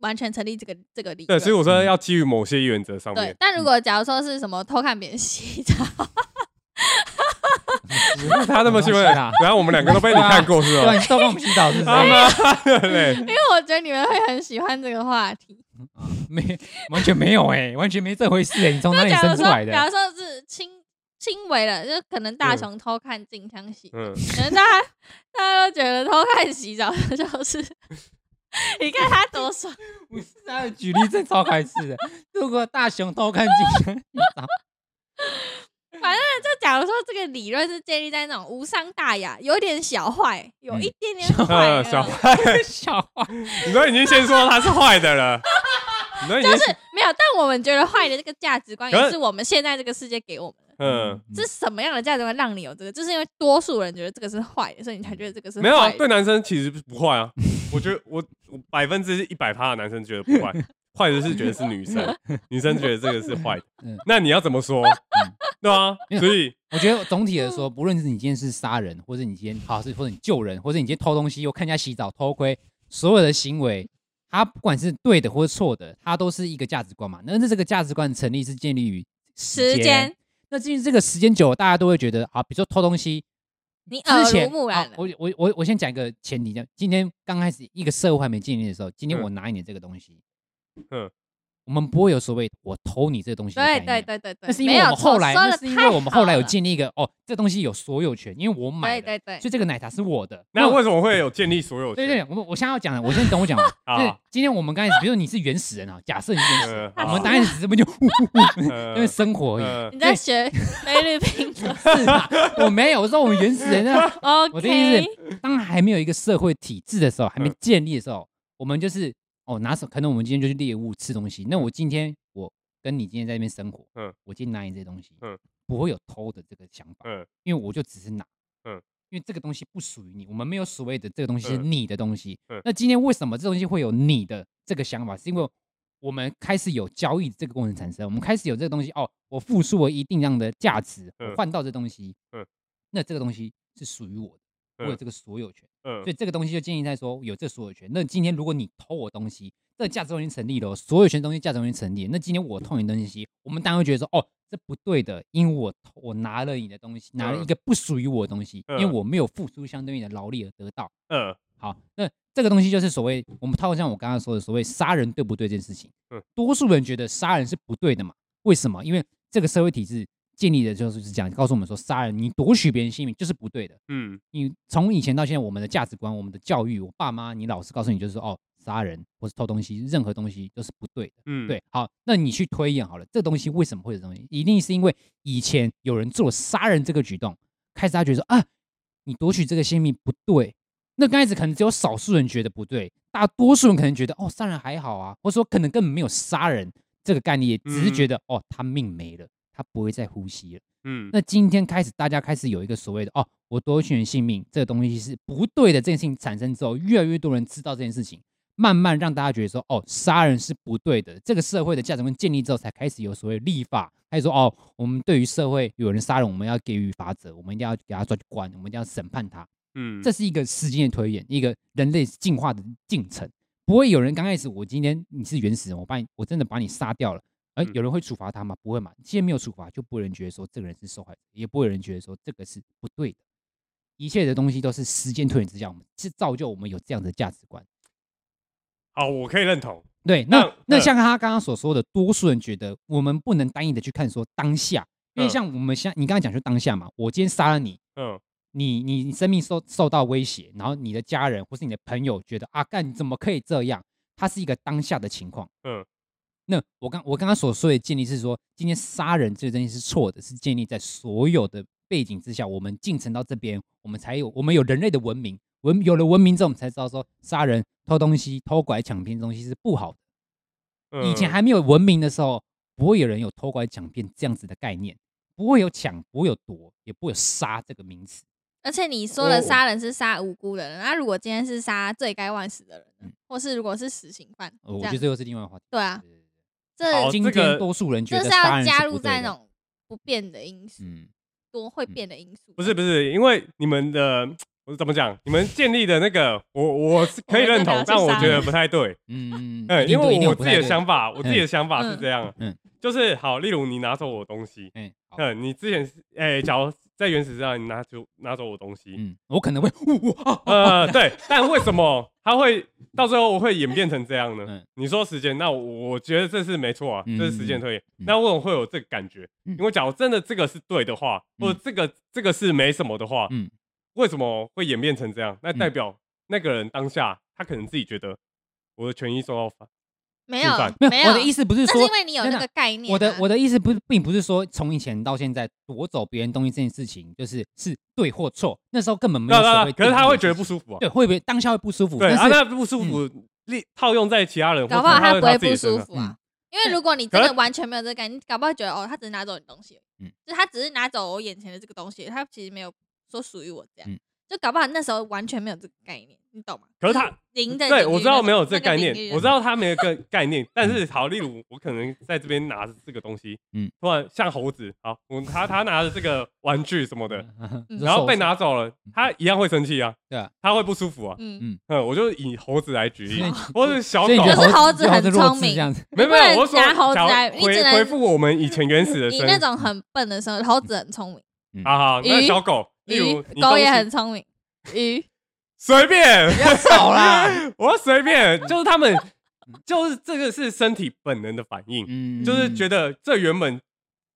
完全成立这个这个理
对，
论。
所以我说要基于某些原则上
对
面，，嗯
但如果假如说是什么偷看别人洗澡，
啊 他那么兴奋，啊
我要洗
啊
他
然后我们两个都被你看过是
啊对
吧？啊
啊，你到帮我们洗澡是不
他
是？
妈的嘞！
因 为我觉得你们会很喜欢这个话题。
没，完全没有哎、完全没这回事哎、你从哪
那
里
假如
生出
说
来，
假
的？
如说是轻轻微的，就可能大
嗯
雄偷看静香洗，
嗯，
可能大家大家都觉得偷看洗澡 就是，你看他多爽，
不是啊，举例这超开始的。 如果大熊偷看金香洗澡，
就假如说这个理论是建立在那种无伤大雅，有点小坏，有一点点 坏的那
呃，
种，
嗯小坏，
笑话，
你都已经先说他是坏的 了，你都已经
就是没有。但我们觉得坏的这个价值观，
可是
也是我们现在这个世界给我们的。
嗯。
这是什么样的价值观让你有这个？就是因为多数人觉得这个是坏的，所以你才觉得这个是
没有啊
坏，的
对男生其实不坏啊。我觉得我我百分之一百趴的男生觉得不 坏，坏的是觉得是女生，女生觉得这个是坏的
嗯。
那你要怎么说？
嗯
对啊，所以
我觉得总体的说，不论是你今天是杀人，或者你今天好是或者你救人，或者你今天偷东西，又看人家洗澡、偷窥，所有的行为，它不管是对的或是错的，它都是一个价值观嘛。那这个价值观成立是建立于
时间，
那至于这个时间久了，大家都会觉得啊，比如说偷东西，
你耳
之
濡
前
目染
好
了。
我我我我先讲一个前提，讲今天刚开始一个社会还没建立的时候，今天
嗯
我拿你的这个东西，
嗯，
我们不会有所谓我偷你这个东西的概
对
念，
对对对对，
那是因
没
为
有
我们后来，
错说
那
得
是因
太
为我们后来有
好了
建立一个哦，这东西有所有权，因为我买
对
的，
对对
所，以这个奶茶是我的。
那
我
为什么会有建立所有
对
权？
对，我我现在要讲的，我先等我讲完。
好
就是今天我们刚开始，比如说你是原始人啊，假设你是原始人，
嗯
我们刚开始是不是就呼呼 呼
呃
因为生活而已？
呃
你 在学菲律宾的
是吧？我没有，我说我们原始人 啊，
？OK，
我的意思是，当还没有一个社会体制的时候，还没
嗯
建立的时候，我们就是哦，拿手，可能我们今天就去猎物吃东西。那我今天我跟你今天在那边生活，
嗯
嗯，我今天拿你这些东西，
嗯
嗯，不会有偷的这个想法，
嗯
因为我就只是拿，
嗯
嗯，因为这个东西不属于你，我们没有所谓的这个东西是
嗯
你的东西
嗯。
那今天为什么这东西会有你的这个想法？是因为我们开始有交易这个过程产生，我们开始有这个东西哦，我付出了一定量的价值，
嗯
我换到这东西，
嗯
嗯，那这个东西是属于我的。我有
嗯
这个所有权，所以
嗯
这个东西就建议在说有这所有权。那今天如果你偷我东西，这价值观已经成立了哦，所有权东西价值观已经成立了。那今天我偷你东西，我们当然会觉得说，哦，这不对的，因为我偷我拿了你的东西，拿了一
嗯
个不属于我的东西，因为
嗯
我没有付出相对应的劳力而得到。
嗯
好，那这个东西就是所谓我们套用像我刚刚说的所谓杀人对不对这件事情。
嗯
多数人觉得杀人是不对的嘛？为什么？因为这个社会体制建立的就是这样，告诉我们说，杀人你夺取别人性命就是不对的。
嗯
你从以前到现在，我们的价值观、我们的教育，我爸妈、你老师告诉你，就是说哦，杀人或是偷东西，任何东西都是不对的。
嗯，
对，好，那你去推演好了，这东西为什么会有这东西？一定是因为以前有人做杀人这个举动，开始他觉得说啊，你夺取这个性命不对。那刚开始可能只有少数人觉得不对，大多数人可能觉得哦，杀人还好啊，或者说可能根本没有杀人这个概念，只是觉得、哦，他命没了，他不会再呼吸了。
嗯，
那今天开始，大家开始有一个所谓的哦，我夺取人性命这个东西是不对的，这件事情产生之后，越来越多人知道这件事情，慢慢让大家觉得说，哦，杀人是不对的。这个社会的价值观建立之后，才开始有所谓立法，开始说，哦，我们对于社会有人杀人，我们要给予法则，我们一定要给他抓去关，我们一定要审判他。
嗯
这是一个时间的推演，一个人类进化的进程。不会有人刚开始，我今天你是原始人，我把你，我真的把你杀掉了，哎、
嗯
有人会处罚他吗？不会嘛。既然没有处罚，就不会有人觉得说这个人是受害者，也不会有人觉得说这个是不对的。一切的东西都是时间推演之下，我们是造就我们有这样的价值观。
好，我可以认同。
对，那
嗯
那
嗯
像他刚刚所说的，多数人觉得我们不能单一的去看说当下，因为
嗯
像我们像你刚刚讲就当下嘛，我今天杀了你，
嗯
你你你生命受受到威胁，然后你的家人或是你的朋友觉得啊，干你怎么可以这样？它是一个当下的情况。
嗯，
那我刚我刚刚所说的建立是说，今天杀人这个东西是错的，是建立在所有的背景之下，我们进程到这边，我们才有我们有人类的文明，文有了文明之后，我们才知道说杀人、偷东西、偷拐抢骗这东西是不好的。
嗯，
以前还没有文明的时候，不会有人有偷拐抢骗这样子的概念，不会有抢，不会有夺，也不会有杀这个名词。
而且你说
哦
的杀人是杀无辜的人，那如果今天是杀罪该万死的人呢，或是如果是死刑犯，
呃嗯
这
我觉
样
得这又是另外一个话题。
对啊，
对对对
这
好哦
今
这个
天多数人觉得
这是
杀
要
人
加
不
入
对
在
的
那种不变的因素，
嗯，
多会变的因素。
不是不是，因为你们的我怎么讲？你们建立的那个，我我是可以认同
我，们真
但
的要去
我
杀
觉得不太对。
嗯，
嗯，
一定
因
对一定
为
有
我
不
自己的
太对
想法，我自己的想法是这样，
嗯
嗯，就是好，例如你拿走我东西，
嗯，好
嗯，你之前是，哎，假如在原始上你拿走拿走我东西，
嗯，我可能会呜呜 啊，
呃，对，但为什么他会到最后我会演变成这样呢
嗯？
你说时间，那我我觉得这是没错啊，
嗯
这是时间推演。
嗯
那为什么会有这个感觉？
嗯
因为假如真的这个是对的话，
嗯
或者这个这个是没什么的话，
嗯
为什么会演变成这样？那代表那个人当下他可能自己觉得我的权益受到反，
没有
吃饭
没
没
有，
有，
我的意
思
思不是
那是
说
因为你有
等
那
等
个概念啊。
我的我的意思不是，并不是说从以前到现在夺走别人东西这件事情就是是对或错，那时候根本没
那
有
那
所
那
谓。
可是他会觉得不舒啊服啊，
对，会不会当下会不舒服？
对啊，
但是
那不舒服立套用在其他人，
搞不好
或者
他
套用
不
在
会
自己
不
身
舒
上
服
嗯，
啊因为如果你真的完全没有这个概念，你搞不好觉得哦，他只是拿走你东西，
嗯
嗯，就他只是拿走我眼前的这个东西，他其实没有说属于我这
嗯
样，就搞不好那时候完全没有这个概念，你懂吗？
可是他
零的
对
领域
我知道
那
没有
那
这个
个
概
领
念
域，
我知道他没有个概念，但是好，例如我可能在这边拿着这个东西，
嗯
嗯，突然像猴子，好，我他他拿着这个玩具什么
嗯
的，
你 说
然后被
手
拿走了，他一样会生气啊，
对啊，
他会不舒服啊，
嗯
嗯，
嗯，我就以猴子来举例
所以，
或是小
所以你
狗
觉，得
就是
猴
猴
子
子很
猴弱
聪
智
明
这样子，
没有
不
没有，
能
我说
拿猴子
假如
来你
回
只能
回复我们以前原始的
你
声
那
音，
种很笨的时候，猴子很聪明，
好好，那
鱼
小狗，例
鱼
如你
狗
东
也
西
很聪明，鱼
随便，
少 啦，嗯
我随便，就是他们，就是这个是身体本能的反应，
嗯
就是觉得这原本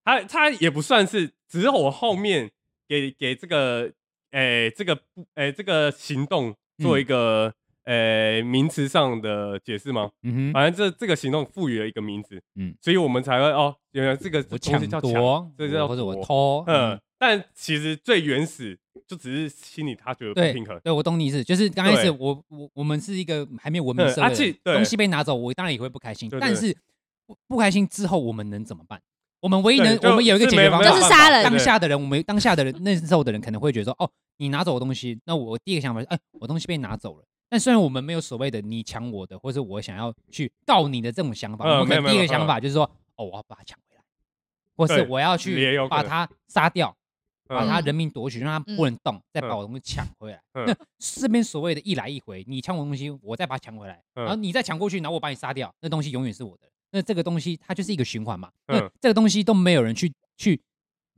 他他也不算是，只是我后面给给这个诶、这个诶、这个行动
嗯
做一个诶、名词上的解释吗？
嗯哼，
反正这这个行动赋予了一个名字，
嗯
嗯，所以我们才会哦，原来这个东
我抢
西叫抢，
夺，
这叫
或者我
夺
偷，
嗯，，但其实最原始就只是心里他觉得不
对
平衡，
对，我懂你意思，就是刚开始
对
我我我们是一个还没有文明
嗯
社会
啊
的
其
人，
对
东西被拿走，我当然也会不开心，
对对
但
对
是不不开心之后我们能怎么办？我们唯一
对
能，
就
我们有一个
是
解
没
决方
没有
法，
就是
办法
杀人
对
当下的人，我们当下的人那时候的人可能会觉得说，哦，你拿走我东西，那我第一个想法是，哎，我东西被拿走了。但虽然我们没有所谓的你抢我的，或者我想要去告你的这种想法，
嗯
我们可能
没
第
有没有
一个想法就是说，哦，我要把它抢回来，或是
对
我要
也
去
有可
把
能
它杀掉，把
嗯
他人命夺取，让他不能动，再把我东西抢回来。
嗯
那这边所谓的一来一回，你抢我东西，我再把它抢回来，
嗯
然后你再抢过去，然后我把你杀掉，那东西永远是我的。那这个东西它就是一个循环嘛。
嗯
那这个东西都没有人去去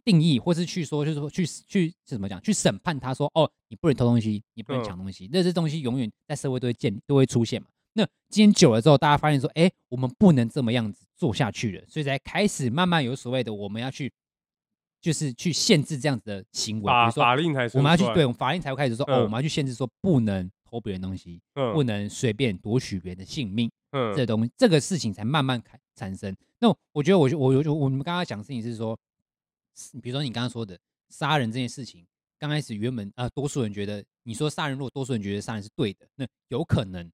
定义，或是去说，就是说去去是怎么讲，去审判他说，哦，你不能偷东西，你不能
嗯
抢东西。那这东西永远在社会都会见，都会出现嘛。那今天久了之后，大家发现说，哎，我们不能这么样子做下去了，所以才开始慢慢有所谓的我们要去，就是去限制这样子的行为，比
法
如说
法令才
我们要去
生出来
对，我们法令才会开始说，哦，
嗯
我们要去限制说不能偷别人东西，
嗯
不能随便夺取别人的性命，
嗯
这东西这个事情才慢慢开产生。那我觉得我就，我我就我们刚刚讲的事情是说，是比如说你刚刚说的杀人这件事情，刚开始原本啊、呃多数人觉得你说杀人，如果多数人觉得杀人是对的，那有可能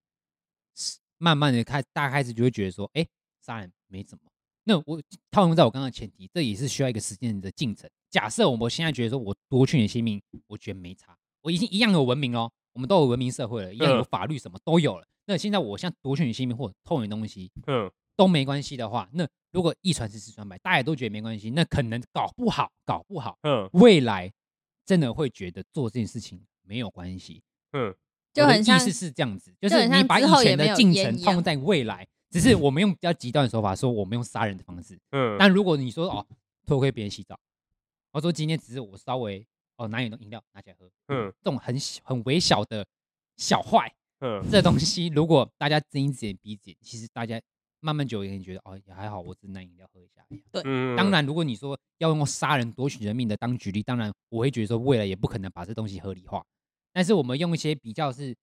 是慢慢的开，大家开始就会觉得说，哎，杀人没怎么。那我套用在我刚刚的前提，这也是需要一个时间的进程。假设我们现在觉得说我夺取你的性命，我觉得没差，我已经一样有文明哦，我们都有文明社会了，一样有
嗯
法律，什么都有了。那现在我像夺取你的性命或者偷你的东西
嗯
都没关系的话，那如果一传十，十传百，大家都觉得没关系，那可能搞不好，搞不好
嗯
未来真的会觉得做这件事情没有关系。
嗯
就
我的
很像
意思是这样子，就
就是很
你
像
把
之后
以
也
前
没
的
有
进
烟
程
一
套用
样
在未来，只是我们用比较极端的手法，说我们用杀人的方式。
嗯，
但如果你说哦偷窥别人洗澡，我说今天只是我稍微哦拿你的饮料拿起来喝，嗯
嗯，
这种很小很微小的小坏，
嗯
这东西如果大家睁一只眼闭一只眼，其实大家慢慢久了也觉得哦也还好，我只是拿饮料喝一下而已啊。
嗯，
当然，如果你说要用杀人夺取人命的当举例，当然我会觉得说未来也不可能把这东西合理化。但是我们用一些比较是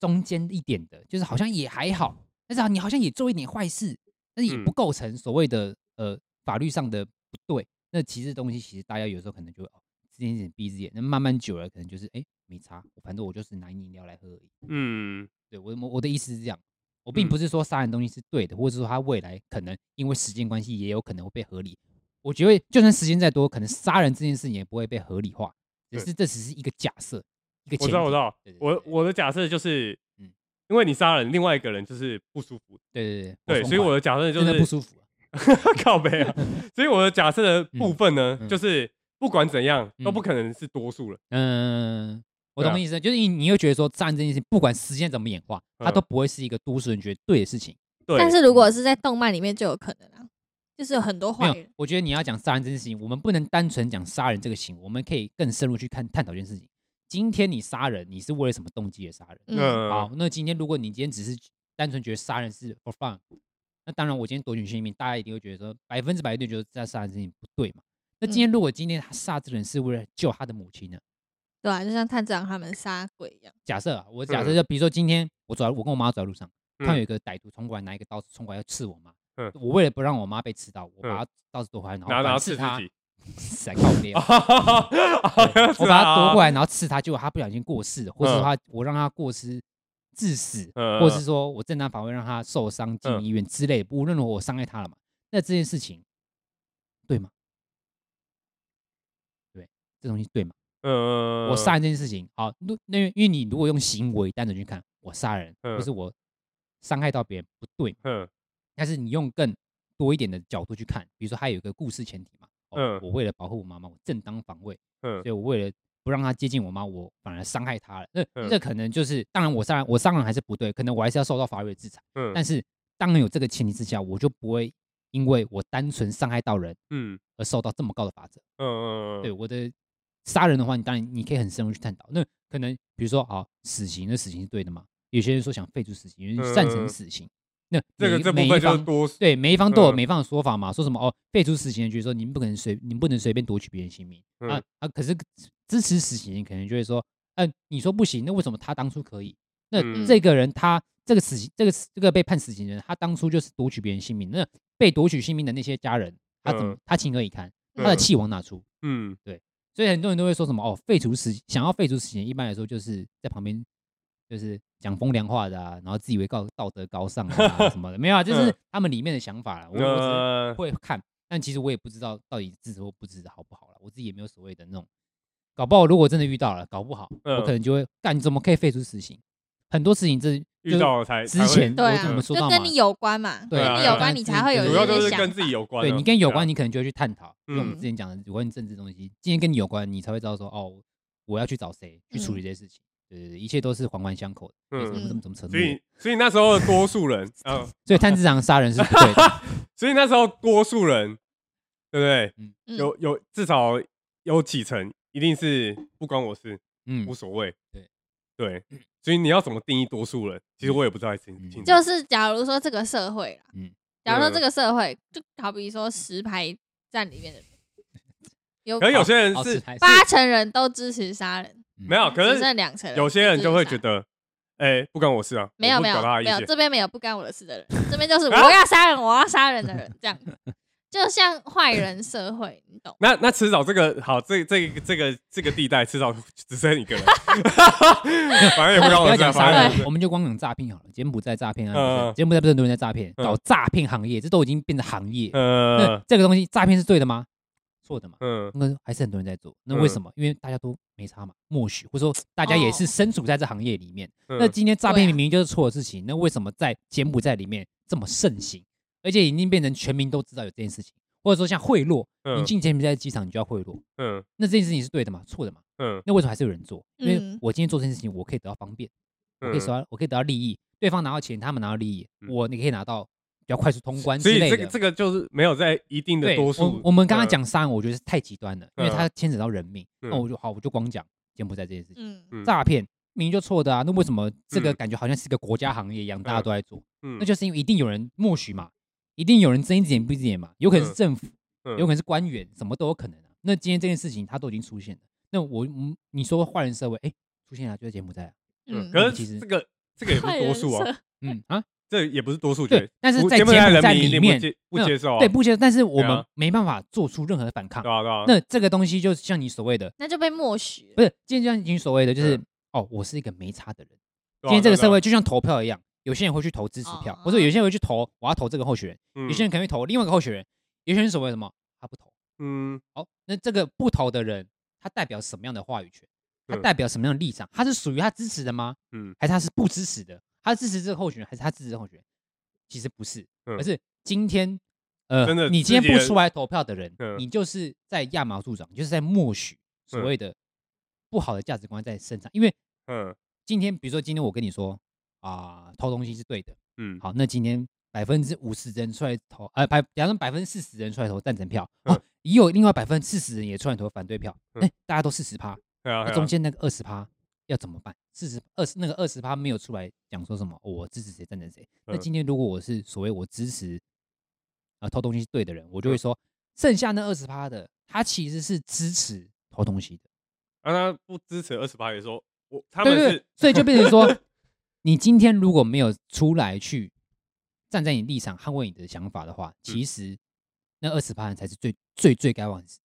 中间一点的，就是好像也还好，但是啊，你好像也做一点坏事，但是也不
嗯
构成所谓的呃法律上的不对。那其实东西其实大家有时候可能就会哦，睁一只眼闭一只眼，那慢慢久了可能就是哎、没差，反正我就是拿饮料来喝而已。
嗯
对我我我的意思是这样，我并
嗯
不是说杀人东西是对的，或者说他未来可能因为时间关系也有可能会被合理。我觉得就算时间再多，可能杀人这件事情也不会被合理化，只
对
是这只是一个假设，一个
我
前
知
提。
道我知道
对对，
我
对
我的假设就是，
嗯
因为你杀人，另外一个人就是不舒服，
对对
对，所以我
疯
的假设
狂
就
真的不
是
舒服。
靠背啊，所以我的假设的部分呢
嗯嗯，
就是不管怎样
嗯
都不可能是多数了，
嗯，我
对啊
懂你意思，就是你你会觉得说战这件事情，不管时间怎么演化，它
嗯
都不会是一个都市人觉得对的事情。
对，
但是如果是在动漫里面就有可能啊，就是有很多
没
坏
有
人，，
我觉得你要讲杀人这件事情，我们不能单纯讲杀人这个行为，我们可以更深入去看探讨这件事情。今天你杀人，你是为了什么动机而杀人？
嗯，
好，那今天如果你今天只是单纯觉得杀人是 for fun，那当然我今天夺取性命，大家一定会觉得说百分之百对觉得这杀人事情不对嘛。那
嗯
今天如果今天他杀这个人是为了救他的母亲呢？
对啊，就像探长他们杀鬼一样，
假设啊，我假设
嗯
就比如说今天我走在，我跟我妈走在路上，
嗯
看到有一个歹徒冲过来拿一个刀子冲过来要刺我妈
嗯，
我为了不让我妈被刺到，我
嗯
把她刀子夺回来，然后
拿
反
拿
刺
刺自
她，
己，
闪靠边。对我
我
把它夺过来，然后刺他，结果他不小心过世了，或者说
啊嗯
他我让他过失致死，
嗯
或者是说我正当防卫让他受伤进
嗯
医院之类，无论如何我伤害他了嘛，那这件事情对吗？对，这东西对吗？
嗯，
我杀人这件事情，好，如那因为你如果用行为单纯去看，我杀人或
嗯
是我伤害到别人不对，
嗯
但是你用更多一点的角度去看，比如说还有一个故事前提嘛，哦
嗯，
我为了保护我妈妈，我正当防卫。
嗯
所以我为了不让他接近我妈，我反而伤害她了。那、
嗯
这可能就是，当然我杀人，我伤人还是不对，可能我还是要受到法律的制裁。
嗯，
但是当然有这个前提之下，我就不会因为我单纯伤害到人
嗯
而受到这么高的罚则。
嗯嗯，
对我的杀人的话，你当然你可以很深入去探讨。那可能比如说，好、死刑，那死刑是对的嘛？有些人说想废除死刑，有些人赞
嗯嗯
成
嗯
死刑。那
这个
每
这
每
部
一
分就是
方
多
对，每一方都有
嗯
每一方的说法嘛，说什么哦，废除死刑的，就是说你们不可能随，你们不能随便夺取别人性命、啊
嗯
啊！可是支持死刑，可能就会说，嗯、你说不行，那为什么他当初可以？那
嗯
这个人他这个死刑，这个死这个被判死刑的人，他当初就是夺取别人性命，那被夺取性命的那些家人，他怎么、
嗯
他情何以堪？他的
嗯
气往哪出？
嗯
所以很多人都会说什么哦，废除死，想要废除死刑，一般来说就是在旁边就是讲风凉话的啊，然后自以为高道德高尚啊什么的，没有啊，就是
嗯
他们里面的想 法啦。我我只是
呃
会看，但其实我也不知道到底支持或不支持好不好了，我自己也没有所谓的那种。搞不好如果真的遇到了，搞不好我
嗯
可能就会干，你怎么可以废除死刑？很多事情这
遇到了才
之前
嗯
对
我怎
啊，
么说
就
到
跟
嘛
你有关嘛，
对
跟
啊
你有
对
啊
关，你才会有
主
一
要
些
就是
想
跟
法
自己有关，啊
对你跟有关，
你
你可能就会去探讨，因为我们
嗯
之前讲的有关政治东西，今天跟你有关，你才会知道说哦，我要去找谁去处理这些事情。对对对，一切都是环环相扣的。嗯，
嗯
怎么怎么怎么怎么
所以所以那时候的多数 人，嗯，
所以炭治郎杀人是不 对的。
所以那时候多数人，对不对？
嗯
嗯
有有至少有几成一定是不关我事，
嗯
无，所谓。
对
对，所以你要怎么定义多数人？其实我也不知道清
嗯
清楚。
就是假如说这个社会啦，
嗯
假如说这个社会，就好比说十排站里 面的人，有
可能有些人
好
是
吃哦还是
八成人都支持杀人，
没有，哦可
只
是
剩两成人
有些人就会觉
不支持杀人
得，哎，不关我事啊，
没有
我不
没有
表达意
没有，
见。
这边没有不干我的事的人，这边就是我
啊
要杀人，我要杀人 的人，这样就像坏人社会，你懂？
那那迟早这个好，这这个这个这个地带迟早 只剩一 个人，反正也不关
不
我
要
事啊，
讲
反正也
杀人
不
了，我们就光讲诈骗好了。柬埔寨诈骗啊
嗯，
柬埔寨不是很多人在诈骗，
嗯
搞诈骗行业，这都已经变成行业。那
呃
这个东西诈骗是对的吗？错的嘛。
嗯
那还是很多人在做，那为什么？因为大家都没差嘛，默许，或者说大家也
哦
是身处在这行业里面，
嗯，
那今天诈
对
骗
啊
明明就是错的事情，那为什么在柬埔寨里面这么盛行，而且已经变成全民都知道有这件事情？或者说像贿赂，你
嗯
进柬埔寨机场你就要贿赂，
嗯
那这件事情是对的嘛？错的嘛？
嗯
那为什么还是有人做？因为
嗯
我今天做这件事情，我可以得到方便，我可以
嗯
得到，我可以得到利益，对方拿到钱，他们拿到利益，
嗯
我你可以拿到比较快速通关
所
之
以
类
这个这
的。
个就是没有在一定的
对，
多
我
数。
我们刚刚
嗯
讲杀人，我觉得是太极端了，因为
嗯
它牵扯到人命。那
嗯
我就好，我就光讲柬埔寨这件事情。
嗯，
嗯
诈骗明明就错的啊，那为什么这个
嗯
感觉好像是个国家行业一样，大家
嗯
都在做？
嗯
那就是因为一定有人默许嘛，一定有人睁一只眼闭一只眼嘛，有可能是
嗯
政府，有可
能
能是官员，什么都有可能啊。那今天这件事情它都已经出现了，那我嗯你说坏人社会，哎，出现了就在柬埔寨啊，
嗯，
可
其实
是这个这个也不
坏
是
人
多
社
数啊，
嗯啊，
这也不是多数决
对。，但是
不
在
柬
柬
埔
埔
寨人
寨
民一
里
定
面
不接，
那
不接受啊，
对不接受，但是我
对啊
们没办法做出任何反抗
对。啊对啊，
那这个东西就像你所谓的，
那就被默许
不。是今天就像你所谓的，就是
嗯
哦，我是一个没差的人。
对啊
今天这个
对啊
社会就像投票一样，有些人会去投支持票，或者有些人会去投我要投这个候选人，
对啊
有些人可能会投另外一个候选人，有些人所谓什么他不投。
嗯
哦，那这个不投的人，他代表什么样的话语权？他
嗯
代表什么样的立场？他是属于他支持的吗？
嗯
还是他是不支持的？他支持这个候选人，还是他支持这个候选人？其实不是，而
嗯
是今天，呃
真的，
你
自
今天
己
不
的
出来投票的人，
嗯
你就是在揠苗助长，你就是在默许所
嗯
谓的不好的价值观在身上。因为
嗯
今天，比如说今天我跟你说啊、偷东西是对的，
嗯，
好，那今天百分之五十人出来投，呃，百假如百分之四十人出来投赞成票，哦
嗯，
也有另外百分之四十人也出来投反对票，
嗯
哎、大家都四十趴，
对啊，
那
对啊
中间那个二十趴要怎么办？四十二十那个二十趴没有出来讲说什么，哦我支持谁赞成谁。那
嗯
今天如果我是所谓我支持啊偷东西是对的人，我就会
嗯
说，剩下那二十趴的，他其实是支持偷东西的。
啊，他不支持二十八也说，我他
对
们
对
是
对，所以就变成说， 你今天如果没有出来去站在你立场捍卫你的想法的
嗯
话，其实那二十趴人才是最最最该往死。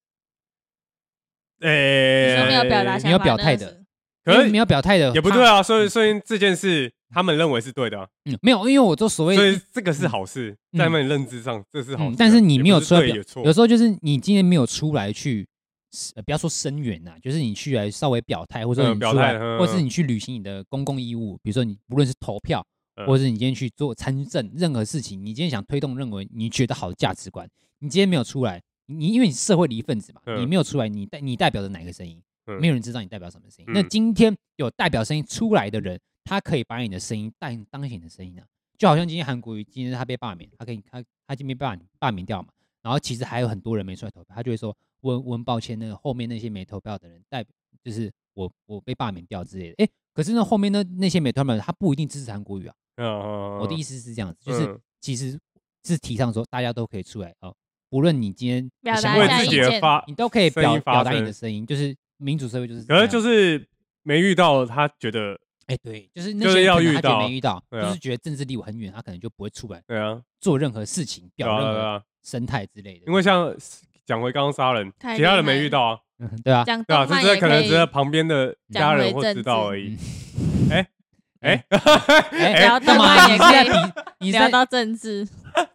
诶，
你说没有表
呃
达想法，
你要表
那
态
就
的
是，
哎可
因为
是
没有表嗯态的
也不
他
对，啊，所以所以这件事他们认为是对的啊，
嗯，没有，因为我做所谓
所以这个是好事，
嗯
在他们认知上这是好
嗯
事，，啊
但是你
也
没
不
有
是
出来
对
表
也错，
有时候就是你今天没有出来去，呃，不要说声援呐，就是你去来稍微表态，或者说
嗯
你
表
出来，
态嗯
或是你去履行你的公共义务，比如说你无论是投票，
嗯
或者是你今天去做参政，任何事情，你今天想推动认为你觉得好的价值观，你今天没有出来，你因为你是社会的一份子嘛，
嗯
你没有出来，你代你代表着哪个声音，
嗯
没有人知道你代表什么声音。那
嗯
今天有代表声音出来的人，他可以把你的声音当当成你的声音啊。就好像今天韩国瑜今天他被罢免，他可以他他今天被罢罢免掉嘛，然后其实还有很多人没出来投票，他就会说我我很抱歉，那个后面那些没投票的人代表就是我我被罢免掉之类的。诶，可是那后面那那些没投票的人，他不一定支持韩国瑜啊。
嗯，嗯
我的意
思
思是这样子，就是
嗯
其实是提倡说大家都可以出来哦，不论你今天
表
的
达
想
为
一下
自
法是
己
什
意
么
的
见
发
你都可以
声
表
音发
表达你的
声
声音，就是民主社会就是这
可
样。
是就是没遇到他觉得，
哎，对，就是
就
那
是
些人
要
可能
遇
他觉得
到
没遇到，
对
就
啊
是觉得政治离我很远，他可能就不会出来
对啊，
做任何事情，
对
表
啊，对
任何
啊，
生态之类的。
因为像讲回刚刚杀人，
太
其他
厉
人没
害
遇
了
到啊，
嗯对啊，
讲
对啊，只
动漫
是
也
可
可
能
以
只是旁边的
讲
家人
回
会
政
知道
治
而已
嗯。
哎哎
哎，
聊
干
动
嘛？
漫
你
也
是在
可以
比，你是
聊
在
到 政治，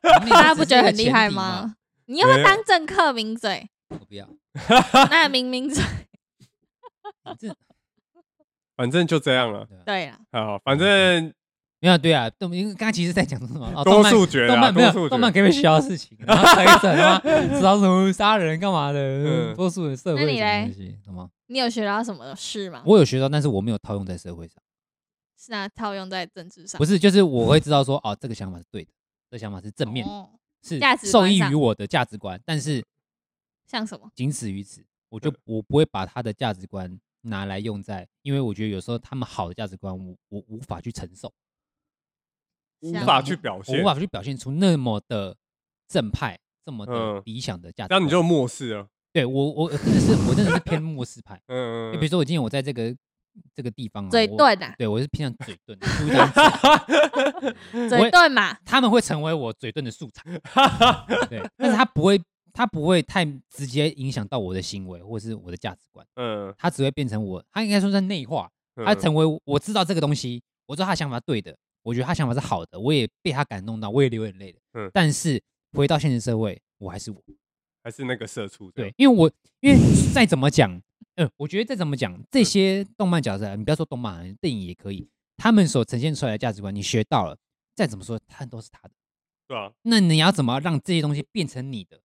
那个只
大家不
是
觉
一
得
个
很厉
前
害
提嘛？
吗？你要不
没
要当政客 名嘴？
我不要，
那名名嘴，
反正
反正就这样了
对啊
对啦，
啊，反
嗯
正
没有对啊，动因为刚刚其实在讲什么？哦
多
动漫
数决
动
啦，
漫没
多数
有，
决
动，漫可以被学到事情，然后扯一 扯他妈，知道什么杀人干嘛的，
嗯
多数的社会
那你
什么
嘞
东西，什么？
你有学到什么事吗？
我有学到，但是我没有套用在社会上。
是啊，套用在政治上，
不是，就是我会知道说，哦，这个想法是对的，这个想法是正面的，
哦
是
价值
受
观
益
上
于我的价值观，但是
像什么？
仅此于此，我就我不会把他的价值观拿来用在，因为我觉得有时候他们好的价值观，我我无法去承受，
无
像
法
什
去
么
表
我无
现，
法去表现出那么的正派，这么的
嗯
理想的价
这
值观。
样你就漠视了。
对我我真的是我真的是偏漠视 派。
嗯，
比
嗯
如说我今天我在这个这个地方啊
嘴，
我
遁啊，
对我是偏向嘴遁，出一张 嘴
嗯
嘴遁 嘛，
他们会成为我嘴遁的素材。对，但是 他不会，他不会太直接影响到我的行为或是我的价值观，
嗯，
他只会变成我，他应该说是内化，
嗯
他成为我知道这个东西，我知道他想法对的，我觉得他想法是好的，我也被他感动到，我也流眼泪了。
嗯
但是回到现实社会，我还是我。
还是那个社畜这样
对，，因为我因为再怎么讲，嗯，我觉得再怎么讲，
嗯
这些动漫角色，啊你不要说动漫，电影也可以，他们所呈现出来的价值观，你学到了，再怎么说，他都是他的。
对啊，
那你要怎么让这些东西变成你的？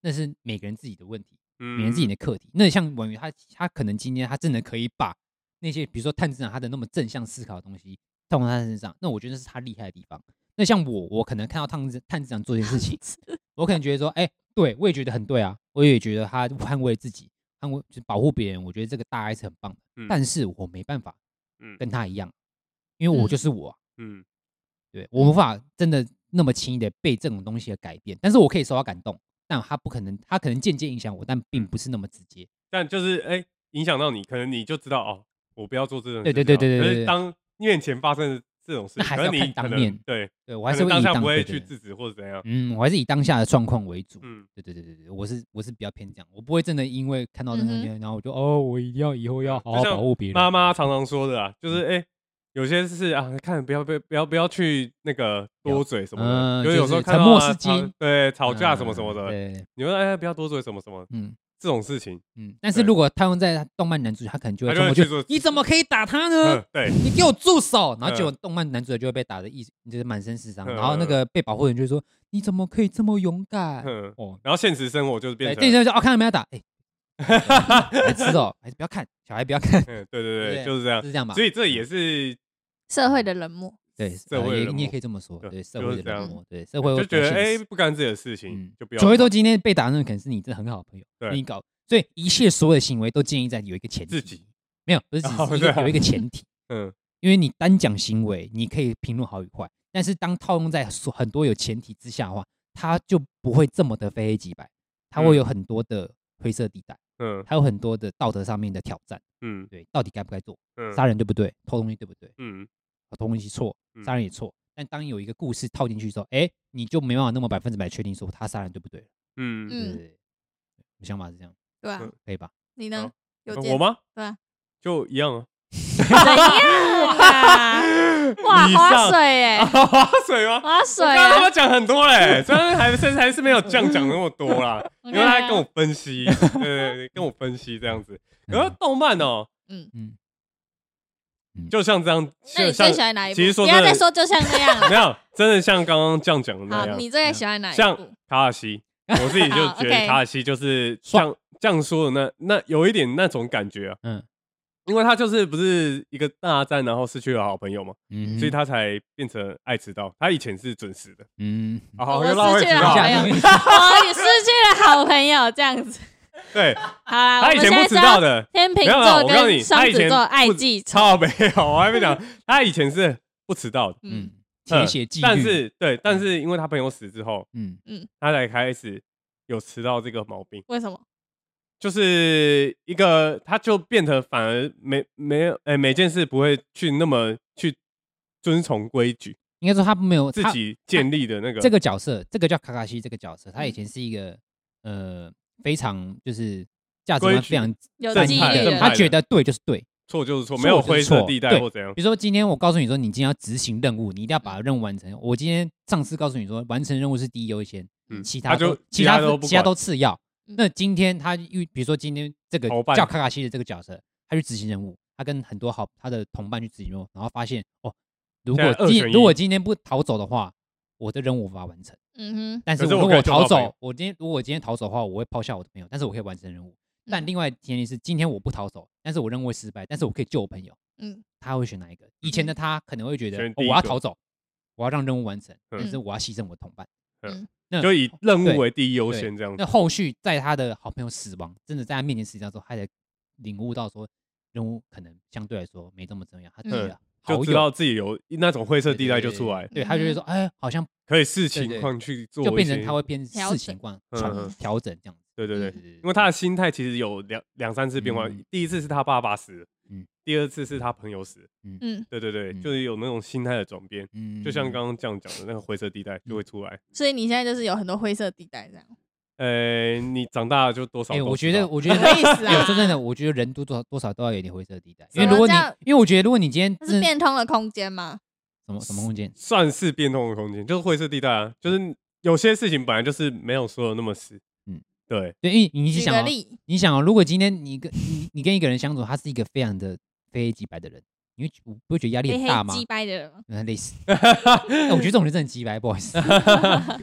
那是每个人自己的问题，每
嗯，
个人自己的课题。那像文宇，他他可能今天他真的可以把那些，比如说探知长他的那么正向思考的东西套用在他身上，那我觉得那是他厉害的地方。那像我，我可能看到探知探知长做这些事 情，我可能觉得说，哎、对我也觉得很对啊，我也觉得他捍卫自己，捍卫就是保护别人，我觉得这个大爱是很棒的。
嗯
但是我没办法
嗯
跟他一样，因为我
嗯
就是我啊、
嗯
对我无法真的那么轻易的被这种东西的改变，但是我可以受到感动，但他不可能，他可能间接影响我，但
嗯
并不是那么直接。
但就是哎、影响到你，可能你就知道哦，我不要做这种事情啊。
对对对对对
可
对
是当面前发生这种事
那
情，
还
可
是
能
要看
你可
当
能
面
对，
对我
我
还是会以
当下
当
不会
对
去
对对
制止或者怎样。
嗯，我还是以当下的状况为主。
嗯，
对对对对对，我是我是比较偏这样，我不会真的因为看到那个东西，
嗯
然后我就哦，我一定要以后要好好
像
保护别人。嗯
妈妈常常说的啊，就是哎、有些事啊，看不要不要不要不要去那个多嘴什么
嗯
的，就是有时候
就是
看到
沉默
啊
是
吵
金
对，吵架什么什么
嗯
的，
对，对对
你说哎不要多嘴什么什么
嗯。
这种事情，
嗯，但是
对
如果套用在动漫男主角，他可能就会
他就
冲
会
过
去
去
做，
你怎么可以打他呢
嗯？，对，
你给我住手！然
嗯
后结果动漫男主角就会被打的一就是满身是伤，
嗯
然后那个被保护人就会说：“你怎么可以这么勇敢
嗯？”
哦，
然后现实生活就是
对，
变成
电视上就哦看到没有打，哎，白痴哦，还是不要看，小孩不要看，
嗯，对对
对
对，就是这样
是。这样吧？
所以这也是
社会的冷漠，
对，
社
呃
会
也
冷
你也
漠
可以这么说，
对
对社
就是
会
这
的冷
样
漠，对社会
就
会
觉得
发现
哎，不干自己的事情
嗯
就不要
所谓
管
都今天被打，那可能是你真的很好的朋友，
对
你搞，所以一切所有的行为都建议在有一个前提，
自己
没有不是只
哦
是一
对
个
啊
有一个前提，
嗯
因为你单讲行为，你可以评论好与坏，但是当套用在所很多有前提之下的话，它就不会这么的非黑即白，它会有很多的灰色地带，
嗯
还有很多的道德上面的挑战，
嗯
对，到底该不该做，
嗯
杀人对不对，偷东西对不对，
嗯
偷东西错，
嗯
杀人也错。但当有一个故事套进去之后，哎，你就没办法那么百分之百确定说他杀人对不对了。
嗯，
对
嗯
对对，我想法是这样，
对啊
嗯，
可以吧？
你呢
好？
有
呃
见
我？吗？
对啊，
就一样啊。
怎样 啊？哇，
以
划
上
水哎、
啊， 划水吗？
划水
我刚刚他
啊
们！讲很多嘞，虽然还甚至还是没有这样讲那么多啦， 因为
嗯
他在跟我分析，对对对，跟我分析这样子。然后动漫哦，
嗯，
就像这样，
那
就
你
像
最喜欢哪一部？
其实说
不要
真的
再说就像那样 了。
没有，真的像刚刚这样讲的那
好，
样，
你最喜欢哪一
像
部？
卡卡西，我自己就
好
觉得
OK
卡卡西就是像这样说的那那有一点那种感觉啊，
嗯
因为他就是不是一个大战，然后失去了好朋友嘛，
嗯，
所以他才变成爱迟到。他以前是准时的，
嗯，
好，
我
哦又让
失去
迟
了
到
哦好哎
好
朋
像
了，
友，我失去了好朋友，这样子。
对
好啦，
他以前
我们
不
现
迟
在知道
到的。
天秤
没有啦，
座
我告诉
跟
你，
双
他以
子
前
座爱
不
记仇。
超没有，我还没讲，他以前是不迟到的，
嗯
嗯， 铁血
嗯
纪律，
但是对，但是因为他朋友死之后，
嗯，
他才开始有迟到这个毛病。
为什么？
就是一个，他就变得反而没没有，哎、每件事不会去那么去遵从规矩，
应该说他没有
自
他
己建立的那个，
这个角色，这个叫卡卡西这个角色，他以
嗯
前是一个呃非常就是价值
规
观
矩
非常
有
正
单
记
一
忆
派
的
正派
的，他
人，
觉得对就是对。
错就是错，
错
没有
就是
灰色
错
地带
对
或怎样。
比如说今天我告诉你说你今天要执行任务，你一定要
嗯
把任务完成。我今天上司告诉你说完成任务是第一优先，
嗯
其
他
他
就
都
其
其
他
他
都
都
不
其他
管
都次要。
嗯
那今天他遇，比如说今天这个
头伴
叫卡卡西的这个角色，他去执行任务，他跟很多好他的同伴去执行任务，然后发现哦，如
现
果
在二
今
选一
天如果今天不逃走的话，我的任务无法完成。
嗯
但是
可是
如
我
果
可以
我
救到
逃
朋友
走，我今天如果我今天逃走的话，我会抛下我的朋友，但是我可以完成任务。但
嗯
另外前提是今天我不逃走，但是我任务会失败，但是我可以救我朋友。
嗯
他会选哪一个？以前的他可能会觉得、
嗯选
哦
第一
我要
个
逃走，我要让任务完成，
嗯
但是我要牺牲我的同伴。
嗯
那
就以任务
哦对
为第一优
对
先这样子
那。后续在他的好朋友死亡，真的在他面前死掉之后，他才领悟到说任务可能相对来说没这么重要。他觉得
嗯就
好
知
友
道自己有那种灰色地带就出来，
对，他就会说哎，好像
可以视
对
情
对
况去做一
就
些，
变成他会变
调
视
整
情况
嗯
调
嗯
调整这样子。
对对对，
对对对
因为他的心态其实有两两三次变化，
嗯
第一次是他爸爸死，
嗯
第二次是他朋友死，
嗯，
对对对，
嗯
就是有那种心态的转变，
嗯，
就像刚刚这样讲的那个灰色地带就会出来。
所以你现在就是有很多灰色地带这样。
呃，你长大了就多少
哎、
都知道？
我觉得，我觉得
什么意思啊
有说真的，我觉得人多多少多少都要有一点灰色地带，因为
什么
如果你
叫，
因为我觉得如果你今天
那
真
是
的
变通了空间吗？
什么什么空间，
算是变动的空间，就是灰色地带啊，就是有些事情本来就是没有说的那么死，嗯
嗯，
对，
对，因为你是
举
想、
个
哦，
例，
你想哦，如果今天你跟你你跟一个人相处，他是一个非常的非黑即白的人，你会不会觉得压力
黑
很大
黑
吗？
鸡掰的人吗，
嗯，类 似，哎我觉得这种人真的很鸡白，不好意思，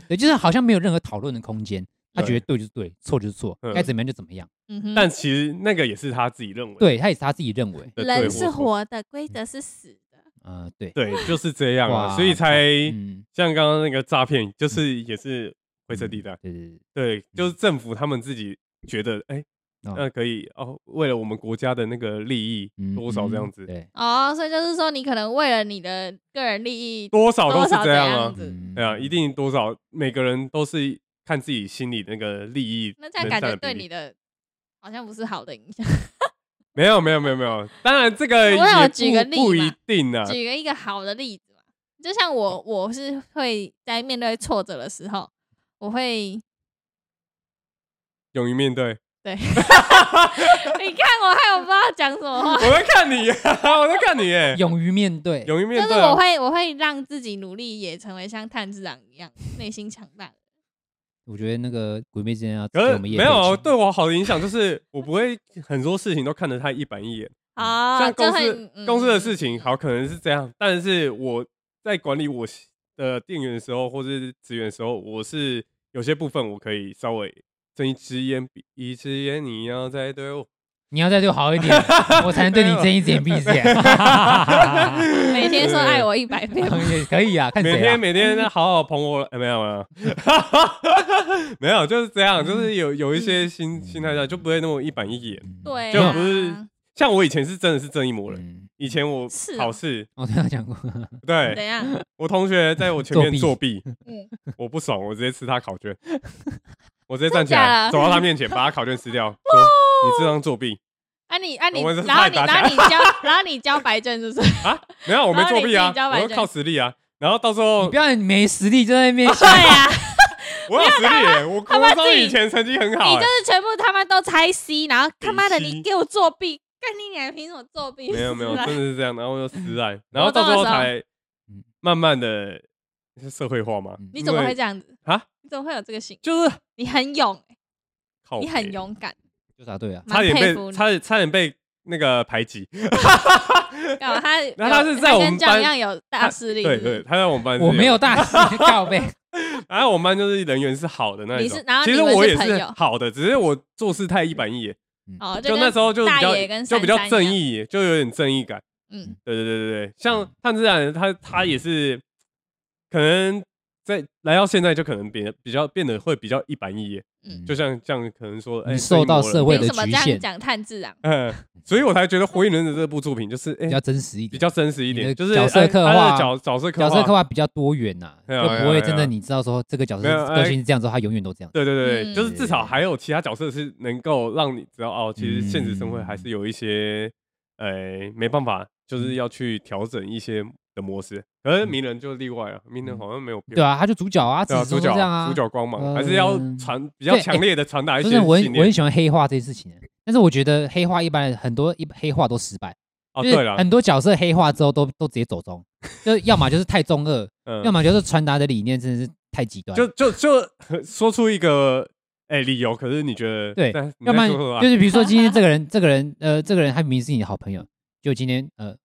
对，就是好像没有任何讨论的空间，他觉得对就是对，错就是错
嗯，
该怎么样就怎么样，
嗯哼，
但其实那个也是他自己认为，
对他也是他自己认为，
的对或
人是
错，
活的，规则是死的。
呃，对，
对，就是这样啊，
哇
所以才
嗯，
像刚刚那个诈骗，就是也是灰色地带，
对对对，
对，
嗯
就是政府他们自己觉得，哎，
哦
那可以哦，为了我们国家的那个利益
嗯，
多少这样
嗯
子，
对，
哦，所以就是说，你可能为了你的个人利益，
多少都是
多少
这样
怎
啊
样，子
嗯
对啊，一定多少，每个人都是看自己心里那个利益
那
能
这样
占的比例，
感觉对你的好像不是好的影响。
没有没有没有没有，当然这个也
我有
不
举个例
不一
嘛
定啊，
举个一个好的例子嘛，就像我，我是会在面对挫折的时候，我会，
勇于面对。
你 看我还有不知道讲什么话
我，在看你啊，我在看你 耶，
勇于面对，
勇于
就
面
是
对
我
啊。
会，我会让自己努力，也成为像炭治郎一样内心强大的。嗯
我觉得那个《鬼灭之刃》要给
可
我
是
们也
没有啊对我好的影响就是我不会很多事情都看得太一板一眼，
好，
像啊公
就
司
很嗯
公司的事情好可能是这样，但是我在管理我的店员的时候或是职员的时候，我是有些部分我可以稍微睁一只眼闭一只眼，你要再对我
你要再对我好一 点，我才能对你睁一只眼闭一只眼。
每天说爱我一百遍，
也可以啊，看
每
谁啊
天？每 天那好好捧我了，哎没有没有， 没有就是这样，就是有有一
嗯
些心心态下就不会那么一板一眼。
对、啊，
就不是像我以前是真的是正义魔人，
嗯，
以前我
是哦
考试，
我听他讲过，
怎
对
样？
我同学在我前面
作
作弊，
嗯，
我不爽，我直接吃他考 卷，我直接站起
真假
来
的
走到他面前，把他考卷吃掉，说你这张作弊
啊你啊你，
我们是
然后
太
你
打架
然后 你交然后你交白卷是不是？
啊？没有，我没
然后
作
你
弊啊
自己交，白
我都
卷
靠实力啊。然后到时
你
候
不要没实力就在那边
对
啊
呀、
我有实力耶，我
他妈
高中
自己
以前成绩很
你
好啊
就
耶，
是全部他妈都猜 C，然后他妈的
比 C
你给我作弊，干你娘！凭什么作弊？
没有 没有，真的是这样。然后又失败，然
我
后到时
懂
候
了
才
嗯
慢慢的是社会化嘛
嗯。
你怎么
因为
会这样子
啊？
你怎么会有这个心？
就是
你很勇、
靠
你
北
很勇敢，
就答对啊。
差
蛮
点
佩服
被
你。
差点差点被那个排挤。
干 嘛？他有
然后他是在我们
跟酱
班
一样有大势力，
对
是不是
对，他在我们班是，
我没有大实力，靠背。
然啊后我们班就是人缘是好的那一
你
种
是然后，
其
你
实
们是
我也
朋
是
友
好的，只是我做事太一板一眼，
哦，
就那时
候，
候就比
大爷
较
跟
就比较
珊珊
正
一样
义，就有点正义感。
嗯，
对对对对对，像炭治然他他也是，可能在来到现在就可能变比较变得会比较一板一眼，
嗯
就像像可能说，哎，
你受到社会
凭
的
什么
局
这
限
样，讲炭治啊 郎？
嗯，所以我才觉得《火影忍者》这部作品就是哎
比较真实一
比
点，
较真实一点，
你的
就是
角色
哎
刻
他的
画
角角色刻
角
画
色刻画比较多元呐，
哎
就
呀
不会
哎呀哎
真
呀
的你知道说这个角色
没有哎
个性是这样之后，他永远都这样。
对啊对对，
嗯
就是至少还有其他角色是能够让你知道哦，其实现实生活还
嗯
是有一些，呃，没办法，就是要去调整一些的模式。可是鸣人就例外啊，鸣人好像没有变。
嗯对啊，他就主角啊，只
对啊，
是
主
说
角
这样啊。
主角光芒
嗯
还是要传比较
对哎
强烈的传达一些
就是我
信
很我很
念
喜欢黑化这件事情，啊但是我觉得黑化一般很多一黑化都失败，
哦。
就
对
是
了，
很多角色黑化之后都都直接走中， 就要么就是太中二，要
嗯，
么就是传达的理念真的是太极端。
就就就说出一个哎理由，可是你觉得
对
但你
要不
在
然
说什么啊
就是比如说今天这个人，这 个人，呃，这个人他明明是你的好朋友，就今天呃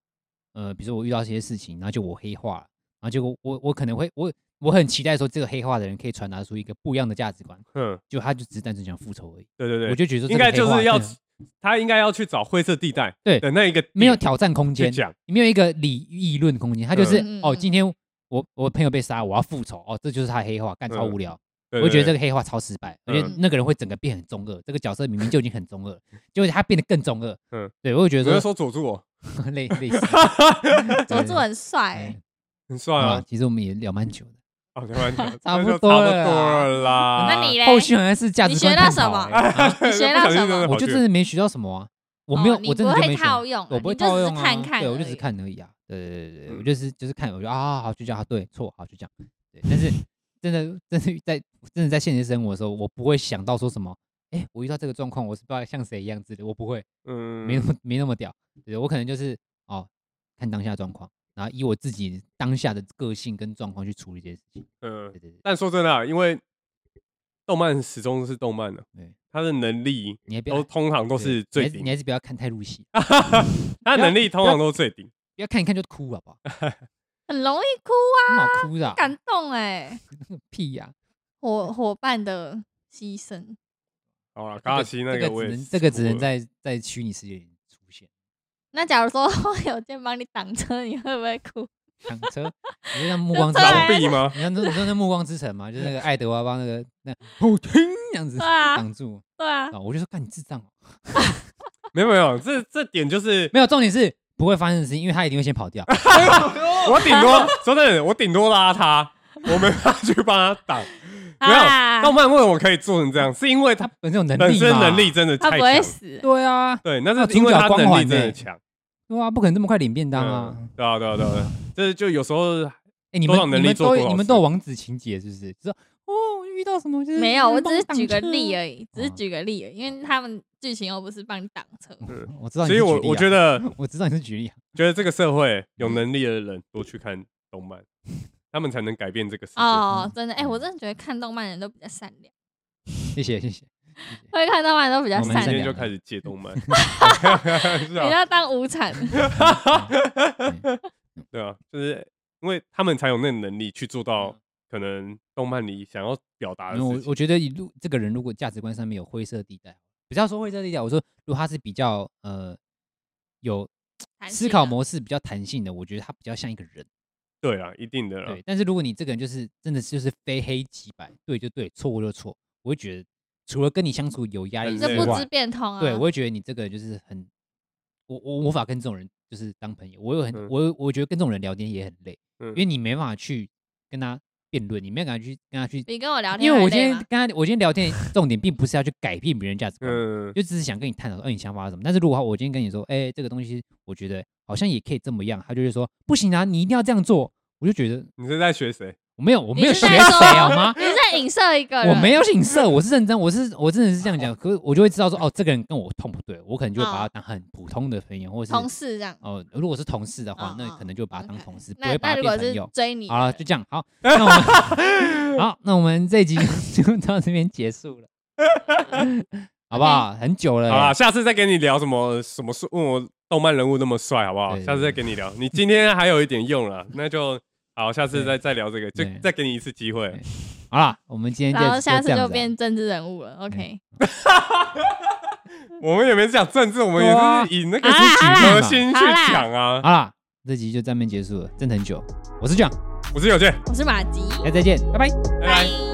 呃，比如说我遇到一些事情，然后就我黑化了，然后结果我我可能会我我很期待说这个黑化的人可以传达出一个不一样的价值观，
嗯，
就他就只是单纯想复仇而已。
对对
我
对，
就觉得说这
应
个
该
黑
就
化
是要
真的
他应该要去找灰色地带
对
的那一个
没有
点
挑战空
去
间，
讲，
你没有一个理议论空间，他就是、
嗯
哦，今天我我朋友被杀，我要复仇，哦，这就是他的黑化，干超
嗯
无聊。
对
我会觉得这
对
个黑化超失败，我
嗯
觉得那个人会整个变很中二，这个角色明明就已经很中二，结果他变得更中二。
嗯
嗯，对，我会觉
对我就
得
说
说
佐助哦
类 类似，
佐助很帅、
哎
欸，
很帅
好
啊
啦，其实我们也聊蛮久的，
哦，台湾的
差不
那就
多
差不
了
多啦。
哦那 你嘞？
后续好像是价值观探讨
你学到什
哎啊
不
学到
小心
什么
真的跑
我就
去
真的没学到什么啊，我没有
哦，你
我真的
不
就
会
没学
套用啊
我不会
你就只
套
是
用啊，
看看
对我
而
就只
已
看而已啊，对对对对，我
嗯
就是就是看，我就啊好就这样，啊对错好就这样，对，但是真的真的在真的在现实生活的时候，我不会想到说什么，哎，我遇到这个状况，我是不知道像谁一样之类，我不会。
嗯
没那么没那么屌。对我可能就是哦，看当下状况，然后以我自己当下的个性跟状况去处理这件事情。
嗯
对，对对，
但说真的啊，因为动漫始终是动漫的
对，
他的能力
你还不要
都通常都
对
是最
你还是你
顶，
还是不要看太 入戏，
他的能力通常都是最顶。
不要看一看就哭好不好？
很容易哭
很
啊，
好哭的啊、
感动哎、
屁呀、
伙伙伴的牺牲，
好了，
这
卡卡西那
这
我
只
也
能这个只
错
能
了
在在虚拟世界里出现。
那假如说有剑帮你挡车，你会不会哭？
挡车，你就像暮光之
在
城
狼狈吗？
你像那你说那暮光之城嘛，就是那 个爱德华帮那个那后听这样子
对啊
挡住
对啊，
啊，我就说干你智障哦，
没有没有，这这点就是
没有重点是不会发生的事情，因为他一定会先跑掉。
我顶多说真的，我顶多拉他，我没办法去帮他挡。没有
啊
动漫为什么可以做成这样，是因为
他
他
本身有能力嘛，
本身能力真的
他
太
不
强
会
了。
死，
对啊，
对，那
他
是
主
因为
角
他
光
能力
环
真的
欸
强。
对啊，不可能这么快领便当啊！
嗯，对啊，对啊，对啊，对啊这就有时候
哎、你
多
们
少能
你
力
们
做
都
多少
你们都
事
有王子情节是不是？就是哦，遇到什么就是
没有，我只是
帮
举
挡
个
车
例而已，只是
哦
举个例而已，因为他们剧情又不是帮你挡车，
我知道
所
你是
以
举例啊、
我我觉得
我知道你是举例、啊，
觉得这个社会有能力的人多去看动漫，他们才能改变这个世界。
哦，真的，哎、
嗯
我真的觉得看动漫的人都比较善良，
谢 谢谢谢。嗯
会看动漫的人都比较
我们
今
善
善
良，
天
良
就
的
开始戒动 漫，是
你
啊，
要当无产，
对啊，就是因为他们才有那个能力去做到可能动漫里想要表达
因
的
嗯为我
事情。
我觉得一路这个人如果价值观上面有灰色地带，不要说会这一点，我说如果他是比较呃有
弹
思
性
考
的
模式比较弹性的，我觉得他比较像一个人。
对啊，一定的啦
对，。但是如果你这个人就是真的是就是非黑即白，对就对，错误就错，我会觉得除了跟你相处有压力
很
你这
累
之
啊
不知
外，
变通啊！
对我会觉得你这个人就是很，我我无法跟这种人就是当朋友，我有很、
嗯
我有我觉得跟这种人聊天也很累，
嗯
因为你没办法去跟他辩论，你没办法去跟他去，
你跟我聊天，
因为我今天跟他我今天聊天重点并不是要去改变别人价值观，
嗯，
就只是想跟你探讨，哎、你想法是什么？但是如果我今天跟你说，哎、这个东西我觉得好像也可以这么样，他就会说不行啊，你一定要这样做。我就觉得
你是在学谁？
我没有，我
我
没有学谁好吗？
你是在影射一个人，
我没有影射，我是认真，我是我真的是这样讲，可是我就会知道说，哦，这个人跟我痛不对，我可能就会把他
哦
当很普通的朋友，或是
同事这样。
哦，如果是同事的话
哦，
那
哦
可能就把他当
OK
同事，不
那
会把
那
他
如果
变朋
是
友。
追你的
好
人，
了，就这样， 好，那我们好，那我们这一集就就到这边结束了，
嗯
好不好？很久了
好啦，
欸，
下次再跟你聊什么什么帅，问我动漫人物那么帅好不好？
对对
下次再跟你聊，你今天还有一点用 了，那就好，下次
对
再再聊这个，就
对
再给你一次机会
对。好了，我们今天就
然后下
这
次
样
就
子啊
变政治人物了。OK，
我们也没讲政治，我们
对啊
也是以那个
好啦好啦
核心去
好啦
讲啊。
好了，这集就这样边结束了，真的很久，我是这样，
我是有健，
我是马吉，
大家再见，拜拜。
拜拜
拜。